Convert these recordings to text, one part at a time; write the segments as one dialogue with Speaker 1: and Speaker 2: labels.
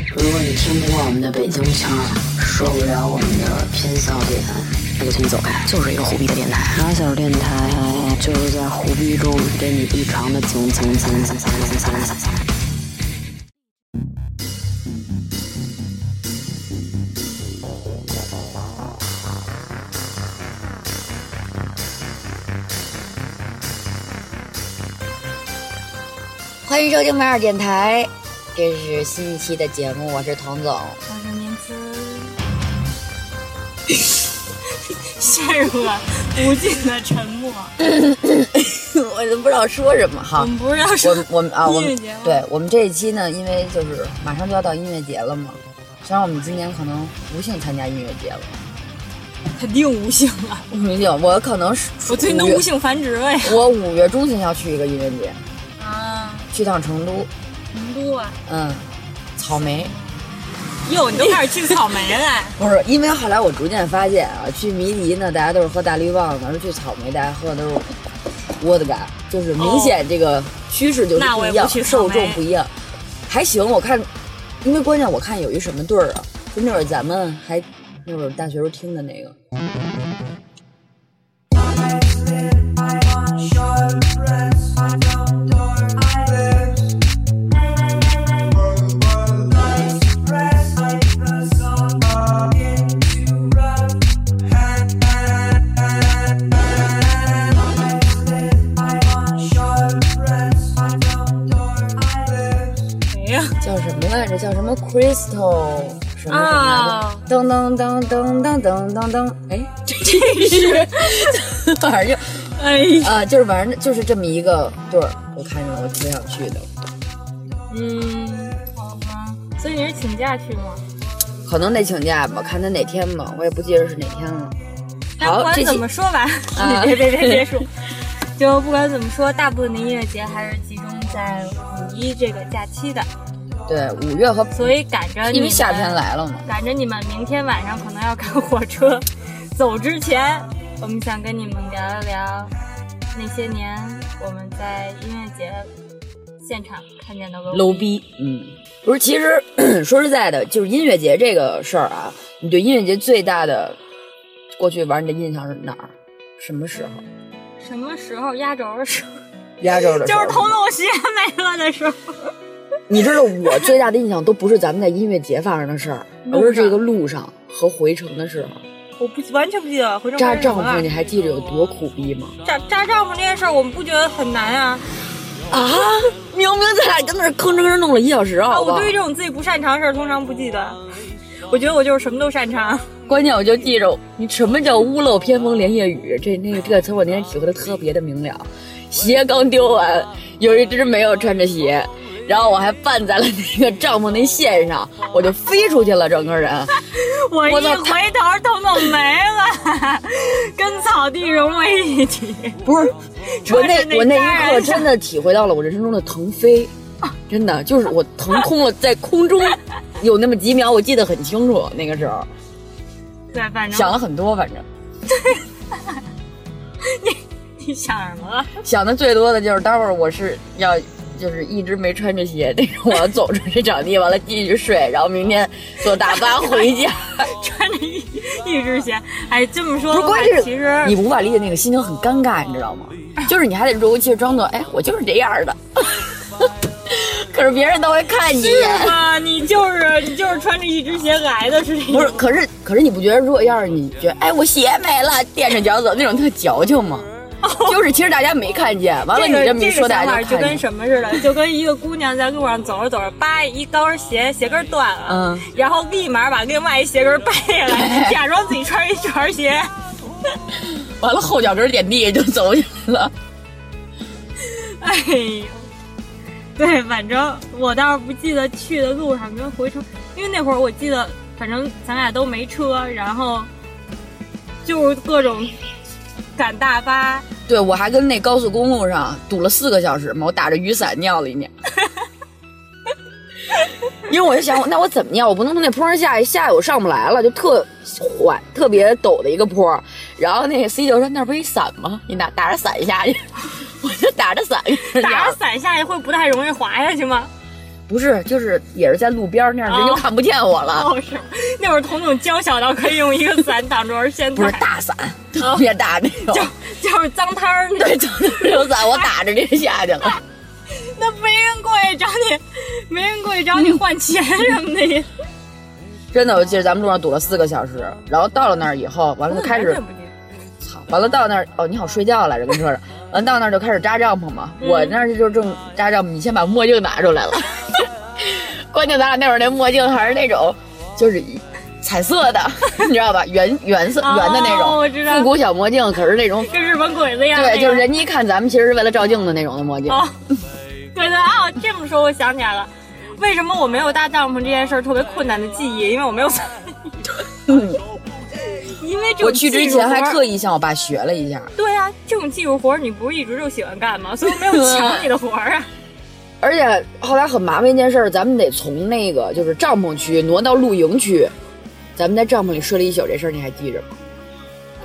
Speaker 1: 听不惯我们的北京腔儿，受不了我们的偏笑点，我就请你走开。就是一个虎逼的电台，马小电台就是在虎逼中给你异常的蹭蹭蹭蹭蹭蹭蹭蹭蹭。
Speaker 2: 欢迎收听马尔电台，这是新一期的节目，我是童总。
Speaker 3: 我是年资， 陷入了无尽的沉 默。
Speaker 2: 啊我都不知道说什么
Speaker 3: 我
Speaker 2: 哈。
Speaker 3: 们不是要
Speaker 2: 我
Speaker 3: 说
Speaker 2: 们我们啊，我
Speaker 3: 音乐
Speaker 2: 们
Speaker 3: 节吗
Speaker 2: 对我们这一期呢，因为就是马上就要到音乐节了嘛，虽然我们今年可能不幸参加音乐节了，
Speaker 3: 肯定无性了，
Speaker 2: 不幸嗯我可能是
Speaker 3: 我最能
Speaker 2: 五月
Speaker 3: 无性繁殖了呀！
Speaker 2: 我五月中旬要去一个音乐节，
Speaker 3: 啊，
Speaker 2: 去趟成都，
Speaker 3: 成都啊，
Speaker 2: 嗯，草莓
Speaker 3: 哟，你都开始去草莓了，
Speaker 2: 不是，因为后来我逐渐发现啊，去迷笛呢，大家都是喝大绿棒，咱们去草莓，大家喝的都是窝的感，就是明显这个趋势就是
Speaker 3: 那我
Speaker 2: 不
Speaker 3: 也
Speaker 2: 一
Speaker 3: 不
Speaker 2: 样，
Speaker 3: 去草
Speaker 2: 受
Speaker 3: 莓
Speaker 2: 众不一样。还行，我看，因为关键我看有一什么队儿啊，就那会儿咱们还那会儿大学时候听的那个，
Speaker 3: 哎呀，
Speaker 2: 叫什么来着？叫什么 Crystal 什么什么
Speaker 3: 啊
Speaker 2: 来着？噔噔噔噔噔噔噔噔，哎，
Speaker 3: 这是，
Speaker 2: 反正就
Speaker 3: 哎呀，
Speaker 2: 啊、就是反正就是这么一个队儿，我看着我挺想去的。
Speaker 3: 嗯，好吧，所以你是请假去吗？
Speaker 2: 可能得请假吧，看他哪天吧，我也不记得是哪天了。
Speaker 3: 但哎不
Speaker 2: 好，
Speaker 3: 管
Speaker 2: 这
Speaker 3: 怎
Speaker 2: 期
Speaker 3: 么说吧，
Speaker 2: 啊
Speaker 3: 别别别别 说，就不管怎么说，大部分的音乐节还是集中在五一这个假期的，
Speaker 2: 对五月和
Speaker 3: 所以赶着你
Speaker 2: 因为
Speaker 3: 们
Speaker 2: 夏天来了嘛，
Speaker 3: 赶着你们明天晚上可能要赶火车，走之前，我们想跟你们聊一聊那些年我们在音乐节现场看见的
Speaker 2: 楼
Speaker 3: 逼。
Speaker 2: 逼，嗯，不是，其实 说实在的，就是音乐节这个事儿啊，你对音乐节最大的过去玩你的印象是哪儿？什么时候？
Speaker 3: 什么时候压轴的时候，
Speaker 2: 压轴的时
Speaker 3: 就
Speaker 2: 候
Speaker 3: 是童总鞋没了的时候。
Speaker 2: 你知道我最大的印象都不是咱们在音乐节发生的事儿，
Speaker 3: 路上
Speaker 2: 而是这个路上和回程的时候。
Speaker 3: 我不完全不记得了，回头
Speaker 2: 扎
Speaker 3: 发生什么
Speaker 2: 帐
Speaker 3: 了
Speaker 2: 篷，你还记得有多苦逼吗？
Speaker 3: 啊扎扎帐篷这件事儿，我们不觉得很难啊。
Speaker 2: 啊！明明咱俩跟那儿吭哧吭哧弄了一小时，
Speaker 3: 啊，
Speaker 2: 好不
Speaker 3: 我
Speaker 2: 好？
Speaker 3: 对于这种自己不擅长的事儿，通常不记得。我觉得我就是什么都擅长。
Speaker 2: 关键我就记着，你什么叫屋漏偏逢连夜雨？这那个这个词我那天体会的特别的明了。鞋刚丢完，有一只没有穿着鞋，然后我还绊在了那个帐篷那线上，我就飞出去了，整个人。
Speaker 3: 我一
Speaker 2: 我操
Speaker 3: 回头，彤彤没了， 跟草地融为一体。
Speaker 2: 不是，我
Speaker 3: 穿着那啊
Speaker 2: 那我那
Speaker 3: 扎
Speaker 2: 一刻
Speaker 3: 染
Speaker 2: 真的体会到了我人生中的腾飞，
Speaker 3: 啊
Speaker 2: 真的就是我腾空了，在空中有那么几秒，我记得很清楚。那个时候
Speaker 3: 对，反正
Speaker 2: 想了很多，反正
Speaker 3: 你想什么了？
Speaker 2: 想的最多的就是待会儿我是要就是一直没穿着鞋，那种我要走出这场地，完了继续睡，然后明天坐大巴回家。
Speaker 3: 穿着一一只鞋，哎，这么说
Speaker 2: 不是，
Speaker 3: 的话
Speaker 2: 关键，
Speaker 3: 其
Speaker 2: 是
Speaker 3: 实
Speaker 2: 你无法理解那个心情，很尴尬，你知道吗？就是你还得若无其事装作，哎，我就是这样的。 可是别人都会看你。
Speaker 3: 啊，你就是你就是穿着一只鞋来的，是这
Speaker 2: 不
Speaker 3: 意
Speaker 2: 是，
Speaker 3: 思。
Speaker 2: 可是可是你不觉得，如果要是你觉得，哎，我鞋没了，垫着脚走那种特矫情 吗？就是其实大家没看见，完了
Speaker 3: 这
Speaker 2: 你
Speaker 3: 个
Speaker 2: 么一
Speaker 3: 这
Speaker 2: 说，
Speaker 3: 个
Speaker 2: 大
Speaker 3: 想
Speaker 2: 家
Speaker 3: 法就
Speaker 2: 看
Speaker 3: 跟
Speaker 2: 见。
Speaker 3: 什么似的，就跟一个姑娘在路上走着走着，叭一高跟鞋鞋跟断了，
Speaker 2: 嗯，
Speaker 3: 然后立马把另外一鞋跟掰 下来，假装自己穿一船鞋。
Speaker 2: 完了后脚跟点地就走起来了。
Speaker 3: 哎呦，对，反正我倒是不记得去的路上跟回程，因为那会儿我记得，反正咱俩都没车，然后就是各种赶大巴，
Speaker 2: 对，我还跟那高速公路上堵了四个小时嘛，我打着雨伞尿了一尿。因为我就想，那我怎么尿？我不能从那坡上下去，下去我上不来了，就特缓、特别陡的一个坡。然后那个司机就说：“那不是一伞吗？你打打着 伞下去。”我就打着伞，
Speaker 3: 打着伞下去会不太容易滑下去吗？
Speaker 2: 不是，就是也是在路边儿那样，人就
Speaker 3: 哦
Speaker 2: 看不见我了。
Speaker 3: 哦，是那会儿童总娇小到可以用一个伞挡住，而现在
Speaker 2: 不是大伞，特别大那种。
Speaker 3: 哦就就是脏摊儿那
Speaker 2: 对，就是那种伞，我打着这下去了。
Speaker 3: 那没人过来找你，没人过来找你换钱什么的。
Speaker 2: 真的，我记得咱们路上堵了四个小时，然后到了那儿以后，完了就开 始，操，完了到那儿，哦，你好睡觉来着，跟车上，完了到那儿就开始扎帐篷嘛。我那儿就正扎帐篷，你先把墨镜拿出来了。 关键咱俩那会儿那墨镜还是那种，就是一彩色的，你知道吧？圆圆色圆的那
Speaker 3: 哦
Speaker 2: 种，
Speaker 3: 我知道
Speaker 2: 复古小墨镜，可是那种
Speaker 3: 跟日本鬼子一样那个。
Speaker 2: 对，就是人家一看咱们其实是为了照镜子那种的墨镜。
Speaker 3: 哦，对对啊，这么说我想起来了，为什么我没有搭帐篷这件事儿特别困难的记忆？因为我没有参与，因为这
Speaker 2: 嗯
Speaker 3: 种
Speaker 2: 我去之
Speaker 3: 技术活
Speaker 2: 前
Speaker 3: 儿
Speaker 2: 还特意向我爸学了一下，
Speaker 3: 对啊，这种技术活儿你不是一直就喜欢干吗？所以我没有 抢你的活儿啊。
Speaker 2: 而且后来很麻烦一件事儿，咱们得从那个就是帐篷区挪到露营区，咱们在帐篷里睡了一宿，这事儿你还记着吗？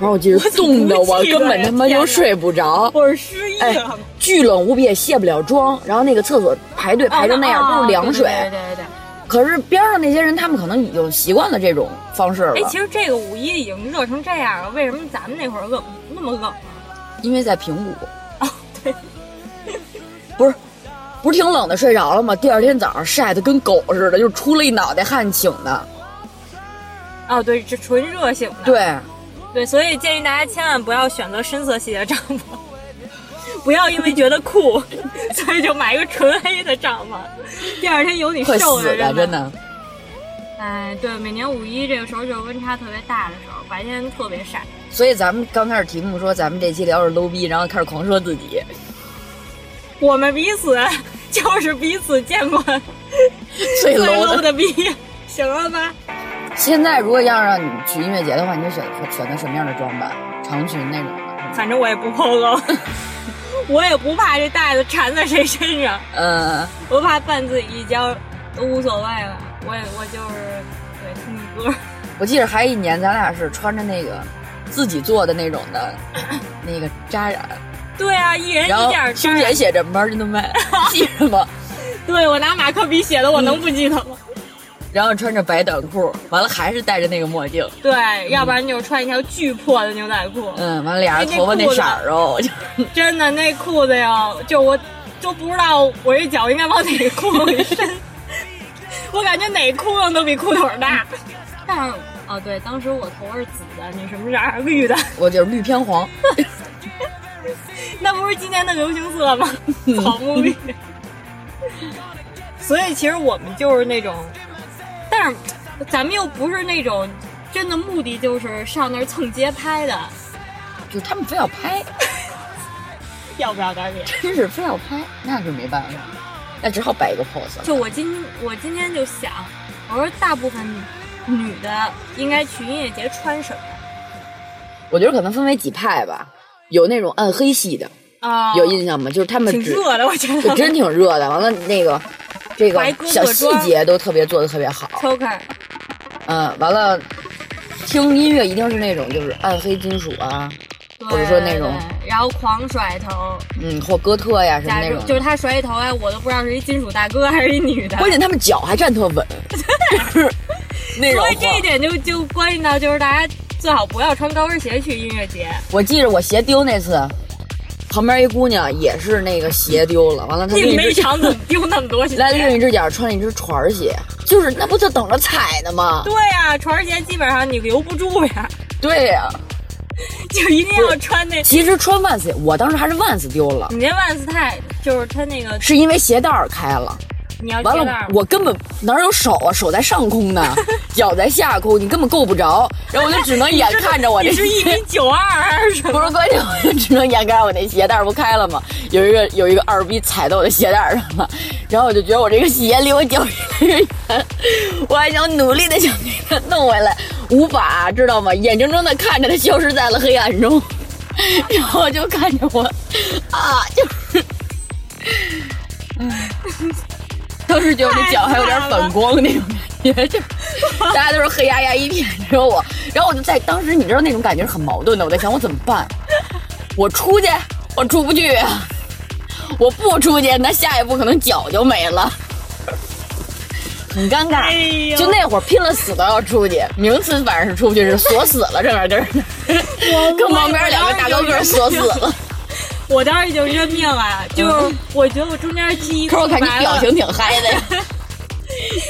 Speaker 2: 反正我记着冻得我
Speaker 3: 我怎么不记得呀
Speaker 2: 根本他妈
Speaker 3: 天
Speaker 2: 就
Speaker 3: 哪
Speaker 2: 睡不着，
Speaker 3: 我是失忆啊
Speaker 2: 哎
Speaker 3: 了。
Speaker 2: 巨冷无比也卸不了妆，然后那个厕所排队排成那样
Speaker 3: 啊
Speaker 2: 哎都是凉水，
Speaker 3: 对对对对对。
Speaker 2: 可是边上那些人他们可能已经习惯了这种方式了
Speaker 3: 哎，，其实这个五一已经热成这样了，为什么咱们那会儿冷那么冷？啊
Speaker 2: 因为在平谷。
Speaker 3: 哦
Speaker 2: 不是，不是挺冷的，睡着了吗？第二天早上晒得跟狗似的，就出了一脑袋汗，醒的。
Speaker 3: 哦，对，这纯热醒的。
Speaker 2: 对，
Speaker 3: 对，所以建议大家千万不要选择深色系的帐篷，不要因为觉得酷，所以就买一个纯黑的帐篷，第二天有你
Speaker 2: 快
Speaker 3: 受
Speaker 2: 死
Speaker 3: 的，
Speaker 2: 了，真。的。
Speaker 3: 哎，对，每年五一这个时候就是温差特别大的时候，白天特别晒。
Speaker 2: 所以咱们刚开始题目说咱们这期聊是 low 逼，然后开始狂说自己，
Speaker 3: 我们彼此 就是彼此见过
Speaker 2: 最
Speaker 3: 最
Speaker 2: low
Speaker 3: low
Speaker 2: 的。
Speaker 3: 的逼，行了吧？
Speaker 2: 现在如果要让你去音乐节的话，你会选选择什么样的装扮？长裙那种的？
Speaker 3: 反正我也不 polo，我也不怕这袋子缠在谁身上，
Speaker 2: 嗯，
Speaker 3: 我怕绊自己一跤都无所谓了。我也我就是对听听歌。
Speaker 2: 我记得还一年咱俩是穿着那个自己做的那种 的，那个扎染，
Speaker 3: 对啊，一人
Speaker 2: 然
Speaker 3: 一
Speaker 2: 后
Speaker 3: 件儿
Speaker 2: 胸
Speaker 3: 扎
Speaker 2: 前写着 “Martin Man”，记 着吗？
Speaker 3: 对我拿马克笔写的，我能不记得
Speaker 2: 嗯
Speaker 3: 吗？
Speaker 2: 然后穿着白短裤，完了还是戴着那个墨镜，
Speaker 3: 对，要不然就是穿一条巨破的牛仔裤，
Speaker 2: 嗯，完了俩人头发那色儿哦，就
Speaker 3: 真的那裤子呀，就我都不知道我这脚应该往哪个裤子里伸， 我感觉哪裤子都比裤腿儿大。
Speaker 2: 嗯
Speaker 3: 但是哦，对，当时我头是紫的，你什么色儿？绿的，
Speaker 2: 我就是绿偏黄，
Speaker 3: 那不是今年的流行色吗？ 草木绿。所以其实我们就是那种，但是咱们又不是那种真的目的就是上那儿蹭街拍的，
Speaker 2: 就是他们非要拍，
Speaker 3: 要不要点脸？
Speaker 2: 真是非要拍，那就没办法，那只好摆一个 pose 了。
Speaker 3: 就我今我今天就想，我说大部分女的应该去音乐节穿什么？
Speaker 2: 我觉得可能分为几派吧，有那种暗黑系的，
Speaker 3: 啊、
Speaker 2: 有印象吗？就是他们
Speaker 3: 挺
Speaker 2: 只
Speaker 3: 热的，我觉
Speaker 2: 就
Speaker 3: 得。
Speaker 2: 真挺热的。完了那个这个
Speaker 3: 白胳膊
Speaker 2: 小细节都特别做的特别好，
Speaker 3: choker，
Speaker 2: 嗯，完了听音乐一定是那种就是暗黑金属啊，或者说那种
Speaker 3: 对，对然后狂甩头，
Speaker 2: 嗯，或哥特呀什么
Speaker 3: 假
Speaker 2: 那
Speaker 3: 如
Speaker 2: 种
Speaker 3: 就是
Speaker 2: 的。
Speaker 3: 他甩一头哎，我都不知道是一金属大哥还是一女的。
Speaker 2: 关键他们脚还站特 稳，那种
Speaker 3: 所以。这一点就就关系到就是大家最好不要穿高跟鞋去音乐节。
Speaker 2: 我记着我鞋丢那次，旁边一姑娘也是那个鞋丢了，完了她另
Speaker 3: 你
Speaker 2: 一
Speaker 3: 没
Speaker 2: 只
Speaker 3: 场怎么丢那么多鞋？
Speaker 2: 来另一只脚穿了一只船儿鞋，就是那不就等着踩呢吗？
Speaker 3: 对呀、船鞋基本上你留不住呀，
Speaker 2: 对呀、
Speaker 3: 就一定要穿 那。
Speaker 2: 其实穿 Vans，也我当时还是 Vans 丢了，
Speaker 3: 你那万斯泰就是他那个，
Speaker 2: 是因为鞋带儿开了。
Speaker 3: 你要
Speaker 2: 完
Speaker 3: 接那
Speaker 2: 了
Speaker 3: 儿，
Speaker 2: 我根本哪有手啊？手在上空 呢，脚在下空，你根本够不着。然后我就只能眼看着我
Speaker 3: 你
Speaker 2: 这
Speaker 3: 是一米九二还是什
Speaker 2: 不
Speaker 3: 么？
Speaker 2: 是关键，我就只能掩盖我那鞋带儿不开了嘛。有一个有一个二逼踩到我的鞋带儿上了，然后我就觉得我这个鞋离我脚越来越远，我还想努力的想给它弄回来，无法，知道吗？眼睁睁的看着它消失在了黑暗中，然后就看着我，啊，就是，唉当时觉得我这脚还有点反光那种感觉，就大家都是黑压压一片，只有我，然后我就在当时，你知道那种感觉是很矛盾的，我在想我怎么办？我出去，我出不去啊。我不出去，那下一步可能脚就没了。很尴尬。
Speaker 3: 哎呦
Speaker 2: 就那会儿拼了死都要出去，名次晚上是出去是锁死了，正眼地儿呢，跟旁边两个大高个儿锁死了。
Speaker 3: 我当时已经认命了，就是我觉得我中间记忆
Speaker 2: 嗯可是我看你
Speaker 3: 空白
Speaker 2: 表
Speaker 3: 了
Speaker 2: 情挺嗨的呀，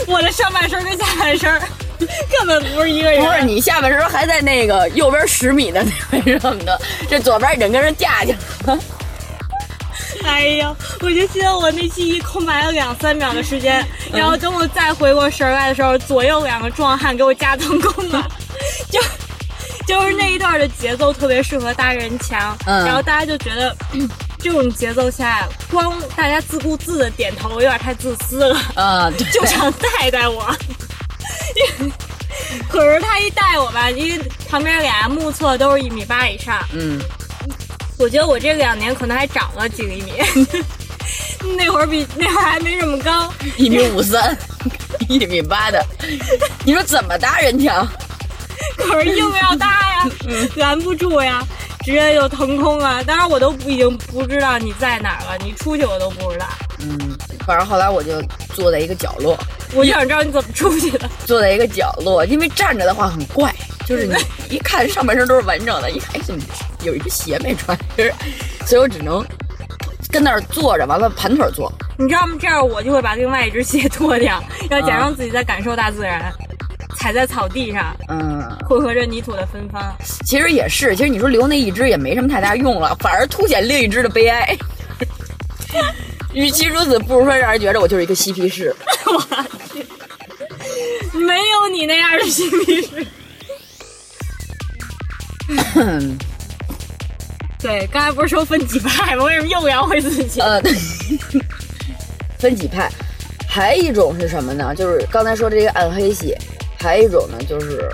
Speaker 3: 我的上半身跟下半身儿 根本不是一个人。
Speaker 2: 不是你下半身还在那个右边十米的那位什么的，这左边已经跟人架去了。
Speaker 3: 哎呀，我就记得我那记忆空白了两三秒的时间，然后等我再回过神儿来的时候，左右两个壮汉给我夹腾空了， 就就是那一段的节奏特别适合搭人墙，
Speaker 2: 嗯
Speaker 3: 然后大家就觉得。 嗯这种节奏下，光大家自顾自的点头有点太自私了，
Speaker 2: 啊，对
Speaker 3: 就想带带我。 可是他一带我吧，因为旁边俩目测都是一米八以上，
Speaker 2: 嗯，
Speaker 3: 我觉得我这两年可能还长了几厘米， 那会儿比那会儿还没这么高，
Speaker 2: 一米五三，一米八的，你说怎么搭人墙？
Speaker 3: 可是硬要搭呀，拦不住呀，直接就腾空了。当然我都不已经不知道你在哪儿了，你出去我都不知道，
Speaker 2: 嗯，反正后来我就坐在一个角落，
Speaker 3: 我就想知道你怎么出去的。
Speaker 2: 坐在一个角落，因为站着的话很怪，就是你一看上半身都是完整的，一看哎怎么有一只鞋没穿，就是，所以我只能跟那儿坐着，完了盘腿坐。
Speaker 3: 你知道吗？这样我就会把另外一只鞋脱掉，要假装自己在感受大自然，踩在草地上，
Speaker 2: 嗯，
Speaker 3: 混合着泥土的芬芳。
Speaker 2: 其实也是，其实你说留那一只也没什么太大用了，反而凸显另一只的悲哀。 与其如此，不如说让人觉得我就是一个嬉皮士。
Speaker 3: 没有你那样的嬉皮士。对，刚才不是说分几派吗？为什么又聊回自己？
Speaker 2: 呃， 分几派，还一种是什么呢？就是刚才说的这个暗黑系，还一种呢就是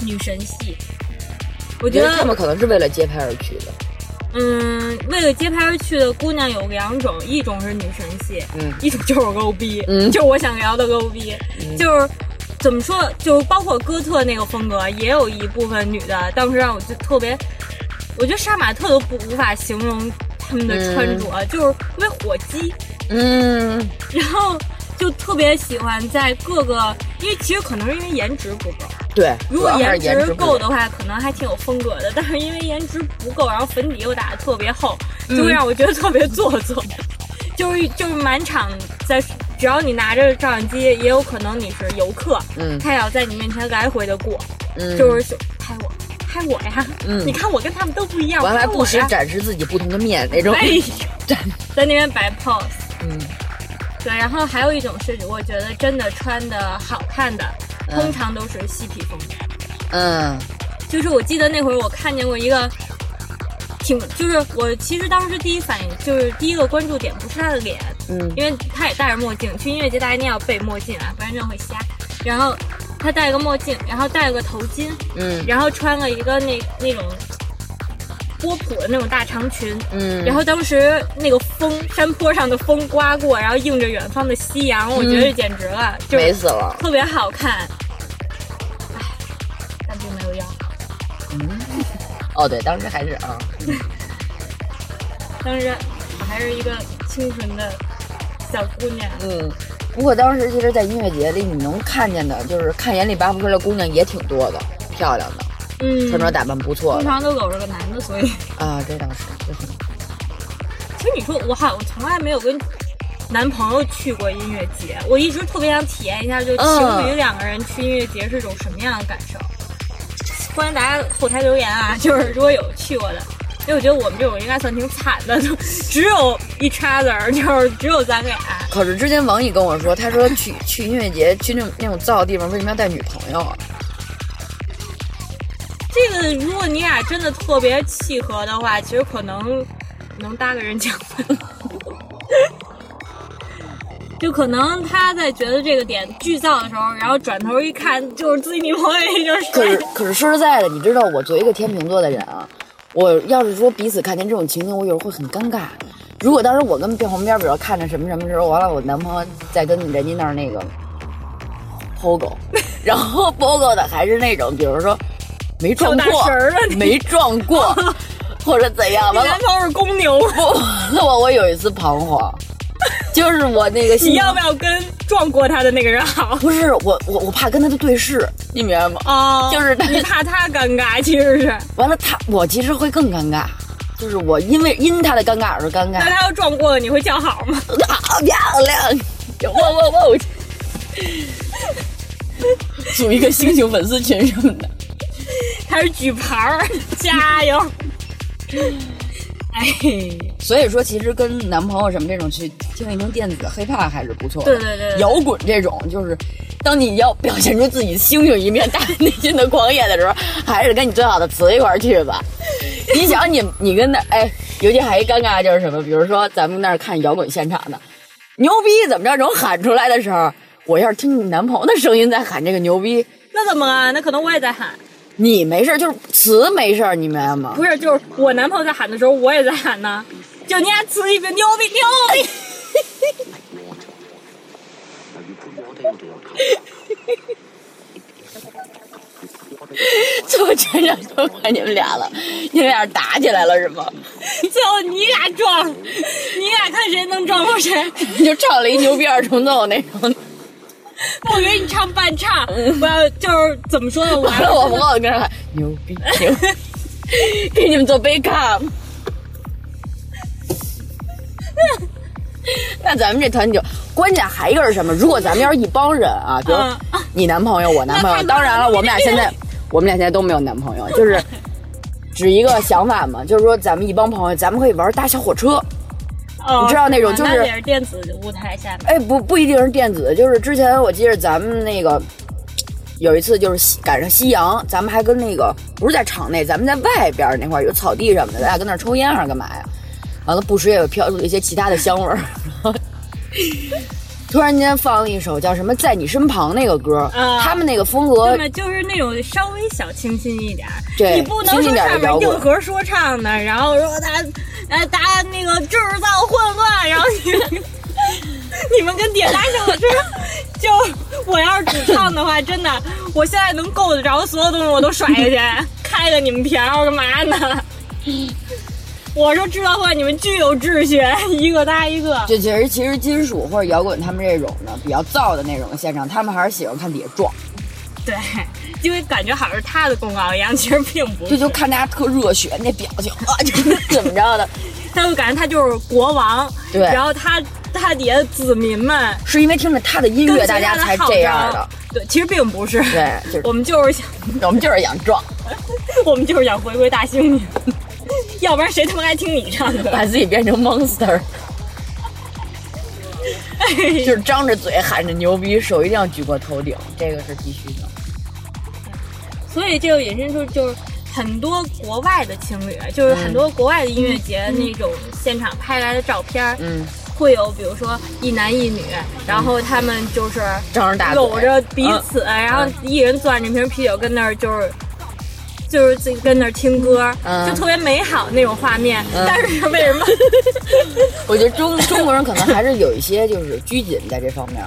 Speaker 3: 女神系，我
Speaker 2: 我觉
Speaker 3: 觉
Speaker 2: 得他们
Speaker 3: 得，
Speaker 2: 可能是为了接拍而去的。
Speaker 3: 嗯，为了接拍而去的姑娘有两种，一种是女神系，
Speaker 2: 嗯
Speaker 3: 一种就是我勾逼，
Speaker 2: 嗯
Speaker 3: 就是我想聊的勾逼，就是。怎么说？就是包括哥特那个风格，也有一部分女的，当时让我就特别，我觉得杀马特都不无法形容她们的穿着，就是特别火鸡，
Speaker 2: 嗯，
Speaker 3: 然后就特别喜欢在各个，因为其实可能是因为颜值不够，
Speaker 2: 对，
Speaker 3: 如果
Speaker 2: 主要还是颜值
Speaker 3: 值
Speaker 2: 不
Speaker 3: 够的话，可能还挺有风格的。但是因为颜值不够，然后粉底又打得特别厚，就
Speaker 2: 嗯
Speaker 3: 会让我觉得特别做作。 就是就是满场在，只要你拿着照相机，也有可能你是游客，
Speaker 2: 嗯
Speaker 3: 他也要在你面前来回的过，
Speaker 2: 嗯
Speaker 3: 就是说拍我，拍我呀，
Speaker 2: 嗯
Speaker 3: 你看我跟他们都不一样，
Speaker 2: 完了还
Speaker 3: 拍我
Speaker 2: 不时
Speaker 3: 呀
Speaker 2: 展示自己不同的面那种。
Speaker 3: 哎呦
Speaker 2: 展
Speaker 3: 在那边摆 pose。
Speaker 2: 嗯，
Speaker 3: 对，然后还有一种是，我觉得真的穿的好看的，
Speaker 2: 嗯
Speaker 3: 通常都是嬉皮风格。
Speaker 2: 嗯
Speaker 3: 就是我记得那会儿我看见过一个挺，就是我其实当时第一反应就是第一个关注点不是他的脸，
Speaker 2: 嗯
Speaker 3: 因为他也戴着墨镜，去音乐节大家一定要备墨镜啊，不然真的会瞎。然后他戴个墨镜，然后戴个头巾，
Speaker 2: 嗯
Speaker 3: 然后穿了一个那那种波普的那种大长裙，
Speaker 2: 嗯，
Speaker 3: 然后当时那个风，山坡上的风刮过，然后映着远方的夕阳，我觉得简直了，就
Speaker 2: 美
Speaker 3: 是
Speaker 2: 死了。
Speaker 3: 特别好看。唉，但并没有要。
Speaker 2: 哦，对，当时还是啊，
Speaker 3: 当时我还是一个清纯的小姑娘，
Speaker 2: 嗯。不过当时其实，在音乐节里，你能看见的，就是看眼里拔不出来的姑娘也挺多的，漂亮的，
Speaker 3: 嗯，
Speaker 2: 穿着打扮不错的
Speaker 3: 通常都搂着个男的，所以
Speaker 2: 啊，这倒是，就是
Speaker 3: 其实你说我好，我从来没有跟。男朋友去过音乐节，我一直特别想体验一下，就情侣两个人去音乐节是种什么样的感受。欢迎大家后台留言啊， 就是如果有去过的，因为我觉得我们这种应该算挺惨的，就只有一叉子儿，就是只有咱俩。
Speaker 2: 可是之前王毅跟我说，他说去去音乐节去那种那种燥的地方，为什么要带女朋友啊？
Speaker 3: 这个如果你俩真的特别契合的话，其实可能能搭个人讲。 就可能他在觉得这个点巨燥的时候，然后转头一看，就是自己女朋友，也就是
Speaker 2: 可是可是说实在的，你知道我作为一个天秤座的人啊，我要是说彼此看见这种情景，我有时候会很尴尬。如果当时我跟旁边比如看着什么什么时候，完了我男朋友在跟人家那儿那个 POGO，然后 POGO 的还是那种，比如说没撞
Speaker 3: 跳大
Speaker 2: 过
Speaker 3: 神儿了，你
Speaker 2: 没撞 过，或者怎样，
Speaker 3: 你
Speaker 2: 完了
Speaker 3: 男朋友是公牛，
Speaker 2: 不，我我有一次彷徨，就是我那个
Speaker 3: 你
Speaker 2: 心
Speaker 3: 要不要跟撞过他的那个人好。
Speaker 2: 不是我我我怕跟他的对视，你明白吗？
Speaker 3: 哦，
Speaker 2: 就是他
Speaker 3: 你怕他尴尬，其实是。
Speaker 2: 完了他我其实会更尴尬，就是我因为因他的尴尬而尴
Speaker 3: 那
Speaker 2: 尬。
Speaker 3: 他要撞过了，你会叫好吗？
Speaker 2: 好漂亮！哇哇哇！组一个星球粉丝群什么的。
Speaker 3: 还是举牌儿？加油！ 哎，
Speaker 2: 所以说，其实跟男朋友什么这种去听一听电子黑怕还是不错的。
Speaker 3: 对对对对
Speaker 2: 摇滚这种就是，当你要表现出自己星星一面、大内心的狂野的时候，还是跟你最好的词一块儿去吧。你想你，你跟那哎，尤其还一尴尬就是什么？比如说咱们那儿看摇滚现场的，牛逼怎么着？这种喊出来的时候，我要是听你男朋友的声音在喊这个牛逼，
Speaker 3: 那怎么啊？那可能我也在喊，
Speaker 2: 你没事儿就是词没事儿，你明白吗？
Speaker 3: 不是，就是我男朋友在喊的时候，我也在喊呢。就你俩词一遍，牛逼牛逼！
Speaker 2: 就全场都看你们俩了，你们俩打起来了是吗？
Speaker 3: 最后你俩撞，你俩看谁能撞过谁。
Speaker 2: 你就唱了一牛逼二重奏那种，
Speaker 3: 我给你唱半唱，
Speaker 2: 嗯
Speaker 3: 我要就是怎么说呢？我
Speaker 2: 完
Speaker 3: 还
Speaker 2: 了我
Speaker 3: 不
Speaker 2: 朋友跟着喊牛逼牛逼，给你们做杯咖。那咱们这团酒，关键还一个是什么？如果咱们要是一帮人啊，比如
Speaker 3: 嗯
Speaker 2: 你男朋友、我男朋
Speaker 3: 那
Speaker 2: 友，
Speaker 3: 太麻烦
Speaker 2: 当然了，我们俩现在我们俩现在都没有男朋友，就是只一个想法嘛，就是说咱们一帮朋友，咱们可以玩搭小火车。
Speaker 3: 哦
Speaker 2: 你知道那种就是
Speaker 3: 那也是电子舞台下的，
Speaker 2: 哎，不不一定是电子，就是之前我记着咱们那个有一次就是夕赶上夕阳，咱们还跟那个不是在场内，咱们在外边儿那块儿有草地什么的，咱俩跟那儿抽烟还是干嘛呀？完了，不时也有飘出一些其他的香味儿。 突然间放了一首叫什么《在你身旁》那个歌儿，
Speaker 3: 啊
Speaker 2: 他们那个风格
Speaker 3: 那么就是那种稍微小清新一点儿，
Speaker 2: 呃对
Speaker 3: 你不能
Speaker 2: 清新
Speaker 3: 说
Speaker 2: 点儿
Speaker 3: 上
Speaker 2: 的摇
Speaker 3: 面
Speaker 2: 滚
Speaker 3: 硬核说唱的，然后说他，呃，他那个制造混乱，然后你们 你们跟点大小吃，就我要是主唱的话，真的，我现在能够得着所有东西我都甩下去，开个你们瓢干嘛呢？ 我说制造混乱，你们具有秩序，一个搭一个。
Speaker 2: 就其实其实金属或者摇滚他们这种的比较燥的那种现场，他们还是喜欢看底下撞，
Speaker 3: 对，因为感觉好像是他的公告一样，其实并不
Speaker 2: 这
Speaker 3: 是。
Speaker 2: 就看大家特热血那表情啊，就是怎么着的。
Speaker 3: 他就感觉他就是国王，
Speaker 2: 对
Speaker 3: 然后他他底下的子民们
Speaker 2: 是因为听着他的音
Speaker 3: 跟
Speaker 2: 乐，
Speaker 3: 随
Speaker 2: 大家
Speaker 3: 他的
Speaker 2: 才
Speaker 3: 号
Speaker 2: 这样
Speaker 3: 召
Speaker 2: 的。，
Speaker 3: 对，其实并不是，
Speaker 2: 对，就是
Speaker 3: 我们就是想，
Speaker 2: 我们就是想撞，
Speaker 3: 我们就是想回归大兴宁， 要不然谁他妈还听你唱 歌？
Speaker 2: 把自己变成 monster，就是张着嘴喊着牛逼，手一定要举过头顶，这个是必须的。
Speaker 3: 所以这就引申出就是很多国外的情侣，就是很
Speaker 2: 嗯
Speaker 3: 多国外的音乐节那种现场拍来的照片，
Speaker 2: 嗯，
Speaker 3: 会有比如说一男一女，然后他们就是
Speaker 2: 张着大嘴，嗯
Speaker 3: 搂着彼此，哎然后一人攥着瓶啤酒跟那儿就是。就是自己跟那儿听歌，
Speaker 2: 嗯
Speaker 3: 就特别美好那种画面。
Speaker 2: 嗯
Speaker 3: 但是为什么？
Speaker 2: 我觉得中 中国人可能还是有一些就是拘谨在这方面，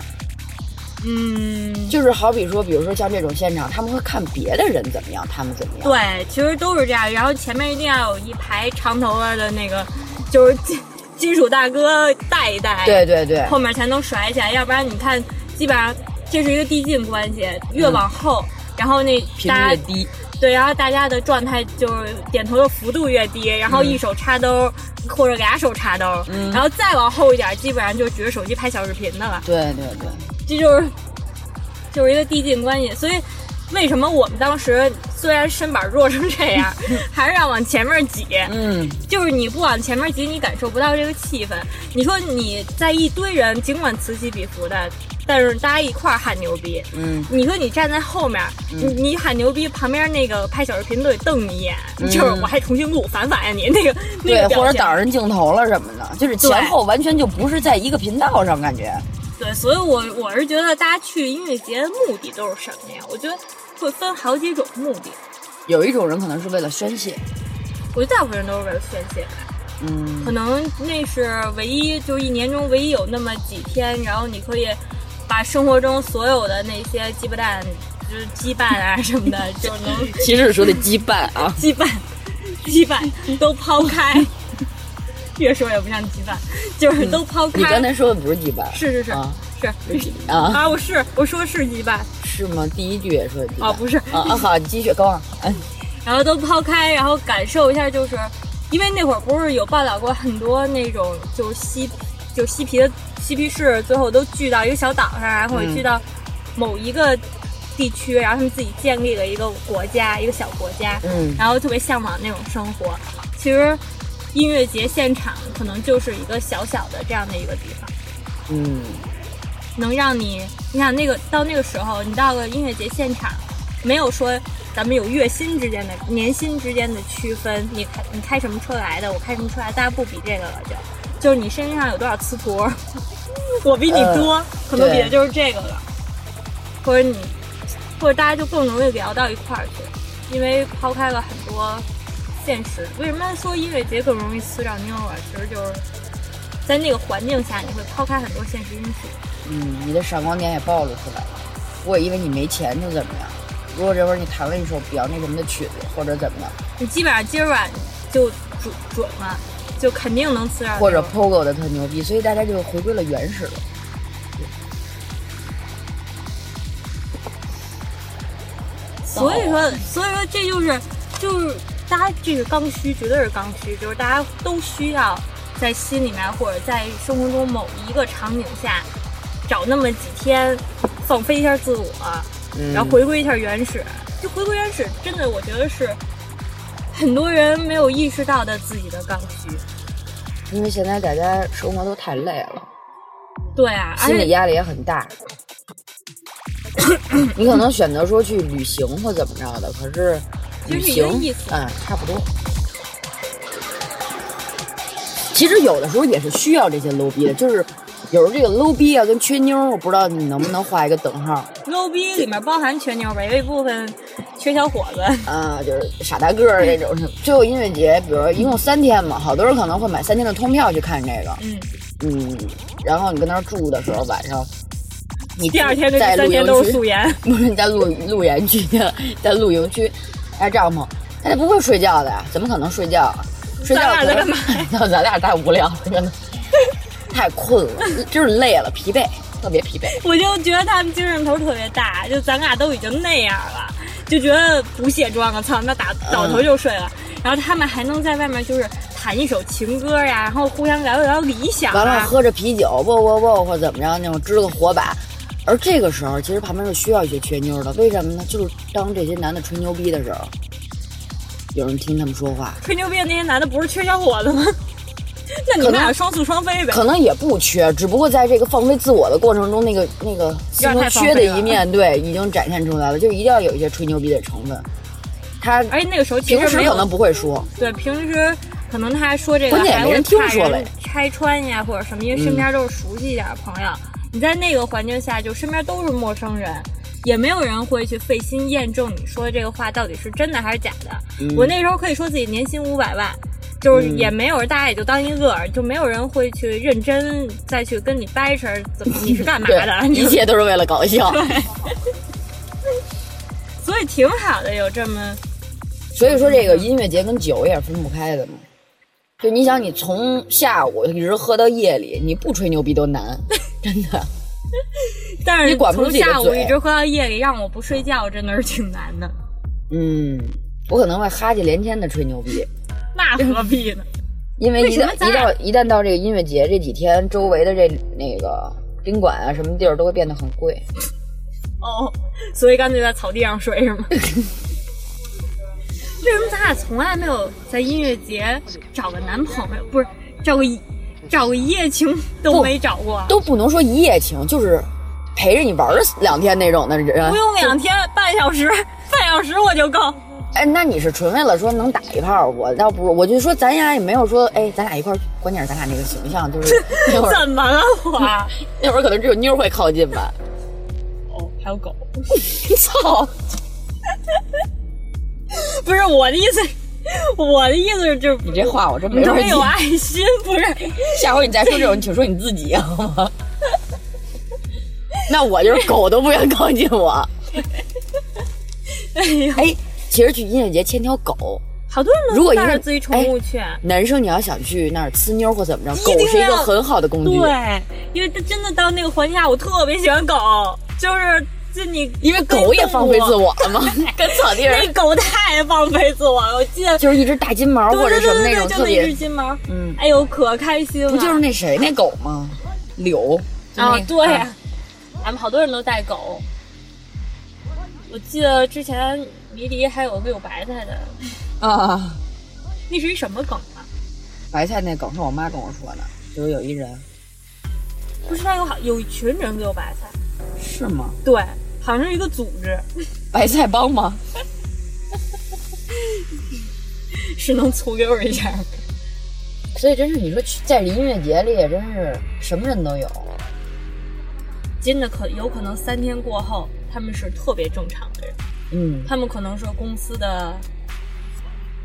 Speaker 3: 嗯，
Speaker 2: 就是好比说，比如说像这种现场，他们会看别的人怎么样，他们怎么样。
Speaker 3: 对，其实都是这样。然后前面一定要有一排长头发的那个，就是金金属大哥带一带，
Speaker 2: 对对对，
Speaker 3: 后面才能甩起来。要不然你看，基本上这是一个递进关系，越往后，然后那
Speaker 2: 嗯频率
Speaker 3: 大
Speaker 2: 越
Speaker 3: 家
Speaker 2: 低，
Speaker 3: 对，然后大家的状态就是点头的幅度越低，然后一手插兜、或者俩手插兜，然后再往后一点，基本上就举着手机拍小视频的了。
Speaker 2: 对对对，
Speaker 3: 这就是就是一个递进关系，所以。为什么我们当时虽然身板弱成这样，还是要往前面挤？
Speaker 2: 嗯，
Speaker 3: 就是你不往前面挤，你感受不到这个气氛。你说你在一堆人，尽管此起彼伏的，但是大家一块儿喊牛逼。
Speaker 2: 嗯，
Speaker 3: 你说你站在后面，你你喊牛逼，旁边那个拍小视频都得瞪你一眼，就是我还重新录，反反呀你那个
Speaker 2: 嗯
Speaker 3: 那
Speaker 2: 对
Speaker 3: 个，表
Speaker 2: 或者
Speaker 3: 情
Speaker 2: 挡人镜头了什么的，就是
Speaker 3: 对
Speaker 2: 前后完全就不是在一个频道上，感觉。
Speaker 3: 对，所以我我是觉得大家去音乐节的目的都是什么呀？我觉得会分好几种目的，
Speaker 2: 有一种人可能是为了宣泄，
Speaker 3: 我觉得大部分人都是为了宣泄。
Speaker 2: 嗯，
Speaker 3: 可能那是唯一，就是一年中唯一有那么几天，然后你可以把生活中所有的那些鸡巴蛋，就是羁绊啊什 么的，就能
Speaker 2: 其实说的羁绊啊，
Speaker 3: 羁 绊、羁绊都抛开。 越说越不像羁绊，就是都抛
Speaker 2: 你嗯
Speaker 3: 开。
Speaker 2: 刚才说的不是羁绊，
Speaker 3: 是是是，
Speaker 2: 啊，
Speaker 3: 是
Speaker 2: 啊？
Speaker 3: 啊，我是我说是羁绊
Speaker 2: 是吗？第一句也说
Speaker 3: 啊，不是，
Speaker 2: 啊啊好，你继续等会儿。嗯
Speaker 3: 然后都抛开，然后感受一下，就是因为那会儿不是有报道过很多那种就嬉就嬉皮的嬉皮士，最后都聚到一个小岛上，然后或者
Speaker 2: 嗯
Speaker 3: 聚到某一个地区，然后他们自己建立了一个国家，一个小国家，
Speaker 2: 嗯
Speaker 3: 然后特别向往那种生活。其实音乐节现场可能就是一个小小的这样的一个地方。
Speaker 2: 嗯
Speaker 3: 能让你，你想那个到那个时候，你到了音乐节现场，没有说咱们有月薪之间的、年薪之间的区分，你开你开什么车来的，我开什么车来，大家不比这个了就，就是你身上有多少磁坨， 我比你多，可能比的就是这个了，或者你，或者大家就更容易聊到一块儿去，因为抛开了很多现实。为什么说音乐节更容易撕掉妞啊？其实就是在那个环境下，你会抛开很多现实因素。
Speaker 2: 嗯，你的闪光点也暴露出来了。如果因为你没钱就怎么样？如果这会儿你弹了一首比较那什么的曲子，或者怎么样，
Speaker 3: 你基本上今儿晚就准准了，就肯定能呲上。
Speaker 2: 或者 POGO 的特牛逼，所以大家就回归了原始了。
Speaker 3: 所以说，所以说这就是就是大家这个刚需，绝对是刚需，就是大家都需要在心里面或者在生活中某一个场景下找那么几天放飞一下自我，
Speaker 2: 嗯
Speaker 3: 然后回归一下原始。就回归原始，真的我觉得是很多人没有意识到的自己的刚需。
Speaker 2: 因为现在大家生活都太累了，
Speaker 3: 对啊，而
Speaker 2: 心理
Speaker 3: 且
Speaker 2: 压力也很 大。你可能选择说去旅行或怎么着的，可是旅
Speaker 3: 其实是一
Speaker 2: 行
Speaker 3: 个意思
Speaker 2: 嗯，差不多。其实有的时候也是需要这些 low 逼的，就是有时候这个 low 逼啊跟缺妞儿，我不知道你能不能画一个等号
Speaker 3: low 逼里面包含全妞呗，有一部分缺小伙子。
Speaker 2: 啊、就是傻大个儿这种。
Speaker 3: 嗯
Speaker 2: 最后音乐节，比如说一共三天嘛，好多人可能会买三天的通票去看这个，
Speaker 3: 嗯，
Speaker 2: 嗯，然后你跟那儿住的时候，晚上你
Speaker 3: 第二天跟
Speaker 2: 在露
Speaker 3: 第三天
Speaker 2: 营
Speaker 3: 都是
Speaker 2: 区
Speaker 3: 素颜。
Speaker 2: 不是在露露营区，在露营区搭帐篷，他就不会睡觉的呀，怎么可能睡觉啊？睡觉
Speaker 3: 咱俩在干嘛
Speaker 2: 嘛？咱俩太无聊了，真的太困了，就是累了，疲惫，特别疲惫。
Speaker 3: 我就觉得他们精神头特别大，就咱俩都已经那样了，就觉得不卸妆了，操，那打
Speaker 2: 嗯
Speaker 3: 倒头就睡了。然后他们还能在外面就是弹一首情歌呀，然后互相聊一聊理想
Speaker 2: 完了，
Speaker 3: 啊。
Speaker 2: 喝着啤酒，不不不，或者怎么着那种支个火把。而这个时候，其实旁边是需要一些缺妞的，为什么呢？就是当这些男的吹牛逼的时候，有人听他们说话，
Speaker 3: 吹牛逼的那些男的不是缺小伙子吗？ 那你们俩双宿双飞呗。
Speaker 2: 可能也不缺，只不过在这个放飞自我的过程中，那个那个心中缺的一 面，对，已经展现出来了，就一定要有一些吹牛逼的成分。他
Speaker 3: 而且那个时候其
Speaker 2: 平
Speaker 3: 实
Speaker 2: 时
Speaker 3: 没有
Speaker 2: 可能不会说，
Speaker 3: 对，平时可能他说这个
Speaker 2: 关键也
Speaker 3: 还
Speaker 2: 没
Speaker 3: 会
Speaker 2: 人听
Speaker 3: 怕
Speaker 2: 说
Speaker 3: 人
Speaker 2: 嘞嗯
Speaker 3: 拆穿呀或者什么，因为身边都是熟悉一点的朋友。你在那个环境下，就身边都是陌生人，也没有人会去费心验证你说的这个话到底是真的还是假的。
Speaker 2: 嗯
Speaker 3: 我那时候可以说自己年薪五百万。就是
Speaker 2: 嗯
Speaker 3: 也没有人，大家也就当一乐儿，就没有人会去认真再去跟你掰扯怎么你是干 嘛
Speaker 2: 对
Speaker 3: 的，，
Speaker 2: 一切都是为了搞笑。
Speaker 3: 所以挺好的，有这么
Speaker 2: 所以说，这个音乐节跟酒也是分不开的嘛。就你想，你从下午一直喝到夜里，你不吹牛逼都难，真的。
Speaker 3: 但是
Speaker 2: 你管不住
Speaker 3: 从
Speaker 2: 自己的
Speaker 3: 下午
Speaker 2: 嘴
Speaker 3: 一直喝到夜里，让我不睡觉，真的是挺难 的。
Speaker 2: 嗯，我可能会哈气连天的吹牛逼。
Speaker 3: 那何必呢？
Speaker 2: 因为
Speaker 3: 为
Speaker 2: 一
Speaker 3: 什
Speaker 2: 到一
Speaker 3: 么咱俩
Speaker 2: 到一旦到这个音乐节这几天，周围的这那个宾馆啊什么地儿都会变得很贵。
Speaker 3: 哦，所以干脆在草地上睡是 吗？为什么咱俩从来没有在音乐节找个男朋友，不是找个一找个一夜情都
Speaker 2: 不
Speaker 3: 没找过？
Speaker 2: 都不能说一夜情，就是陪着你玩儿两天那种的人
Speaker 3: 不。用两天，半小时，半小时我就够。
Speaker 2: 哎，那你是纯为了说能打一炮？我倒不是，我就说咱俩也没有说，哎，咱俩一块儿，关键是咱俩那个形象就是 那会儿
Speaker 3: 怎么了我？
Speaker 2: 那会儿可能只有妞儿会靠近吧。
Speaker 3: 哦，还有狗。
Speaker 2: 操！
Speaker 3: 不是我的意思，我的意思是就是
Speaker 2: 你这话我真没
Speaker 3: 你
Speaker 2: 法
Speaker 3: 特别
Speaker 2: 接
Speaker 3: 有爱心，不是？
Speaker 2: 下回你再说这种，请说你自己好吗？ 那我就是狗都不愿靠近我。
Speaker 3: 哎呦，
Speaker 2: 哎，其实去音乐节牵条狗
Speaker 3: 好多人
Speaker 2: 如
Speaker 3: 都
Speaker 2: 果一个
Speaker 3: 带着
Speaker 2: 人哎
Speaker 3: 自己宠物去。啊
Speaker 2: 男生你要想去那儿呲妞或怎么着，
Speaker 3: 一
Speaker 2: 狗
Speaker 3: 定
Speaker 2: 是一个
Speaker 3: 要
Speaker 2: 很好的工具。
Speaker 3: 对，因为它真的到那个环境下，我特别喜欢狗，就是就你
Speaker 2: 因为狗也放飞自，我了 嘛，跟草地
Speaker 3: 那
Speaker 2: 上
Speaker 3: 狗太放飞自我了。我记得
Speaker 2: 就是一只大金毛
Speaker 3: 对
Speaker 2: 或者
Speaker 3: 对
Speaker 2: 什么
Speaker 3: 对
Speaker 2: 那
Speaker 3: 对，
Speaker 2: 种
Speaker 3: 就
Speaker 2: 特
Speaker 3: 那一只
Speaker 2: 别，
Speaker 3: 金毛，
Speaker 2: 嗯，
Speaker 3: 哎呦可开心了，
Speaker 2: 不就是那谁那狗吗？柳就
Speaker 3: 啊
Speaker 2: 那个
Speaker 3: 对
Speaker 2: 啊，
Speaker 3: 咱们好多人都带狗。我记得之前迷笛还有个有白菜的，
Speaker 2: 啊，
Speaker 3: 那是一什么梗啊？
Speaker 2: 白菜那狗是我妈跟我说的，就是有一人
Speaker 3: 不是他有好有一群人给我白菜，
Speaker 2: 是吗？
Speaker 3: 对，好像是一个组织，
Speaker 2: 白菜帮吗？
Speaker 3: 是能粗溜一下吗？
Speaker 2: 所以真是你说去在音乐节里也真是什么人都有，
Speaker 3: 真的可有可能三天过后他们是特别正常的人，
Speaker 2: 嗯
Speaker 3: 他们可能是公司的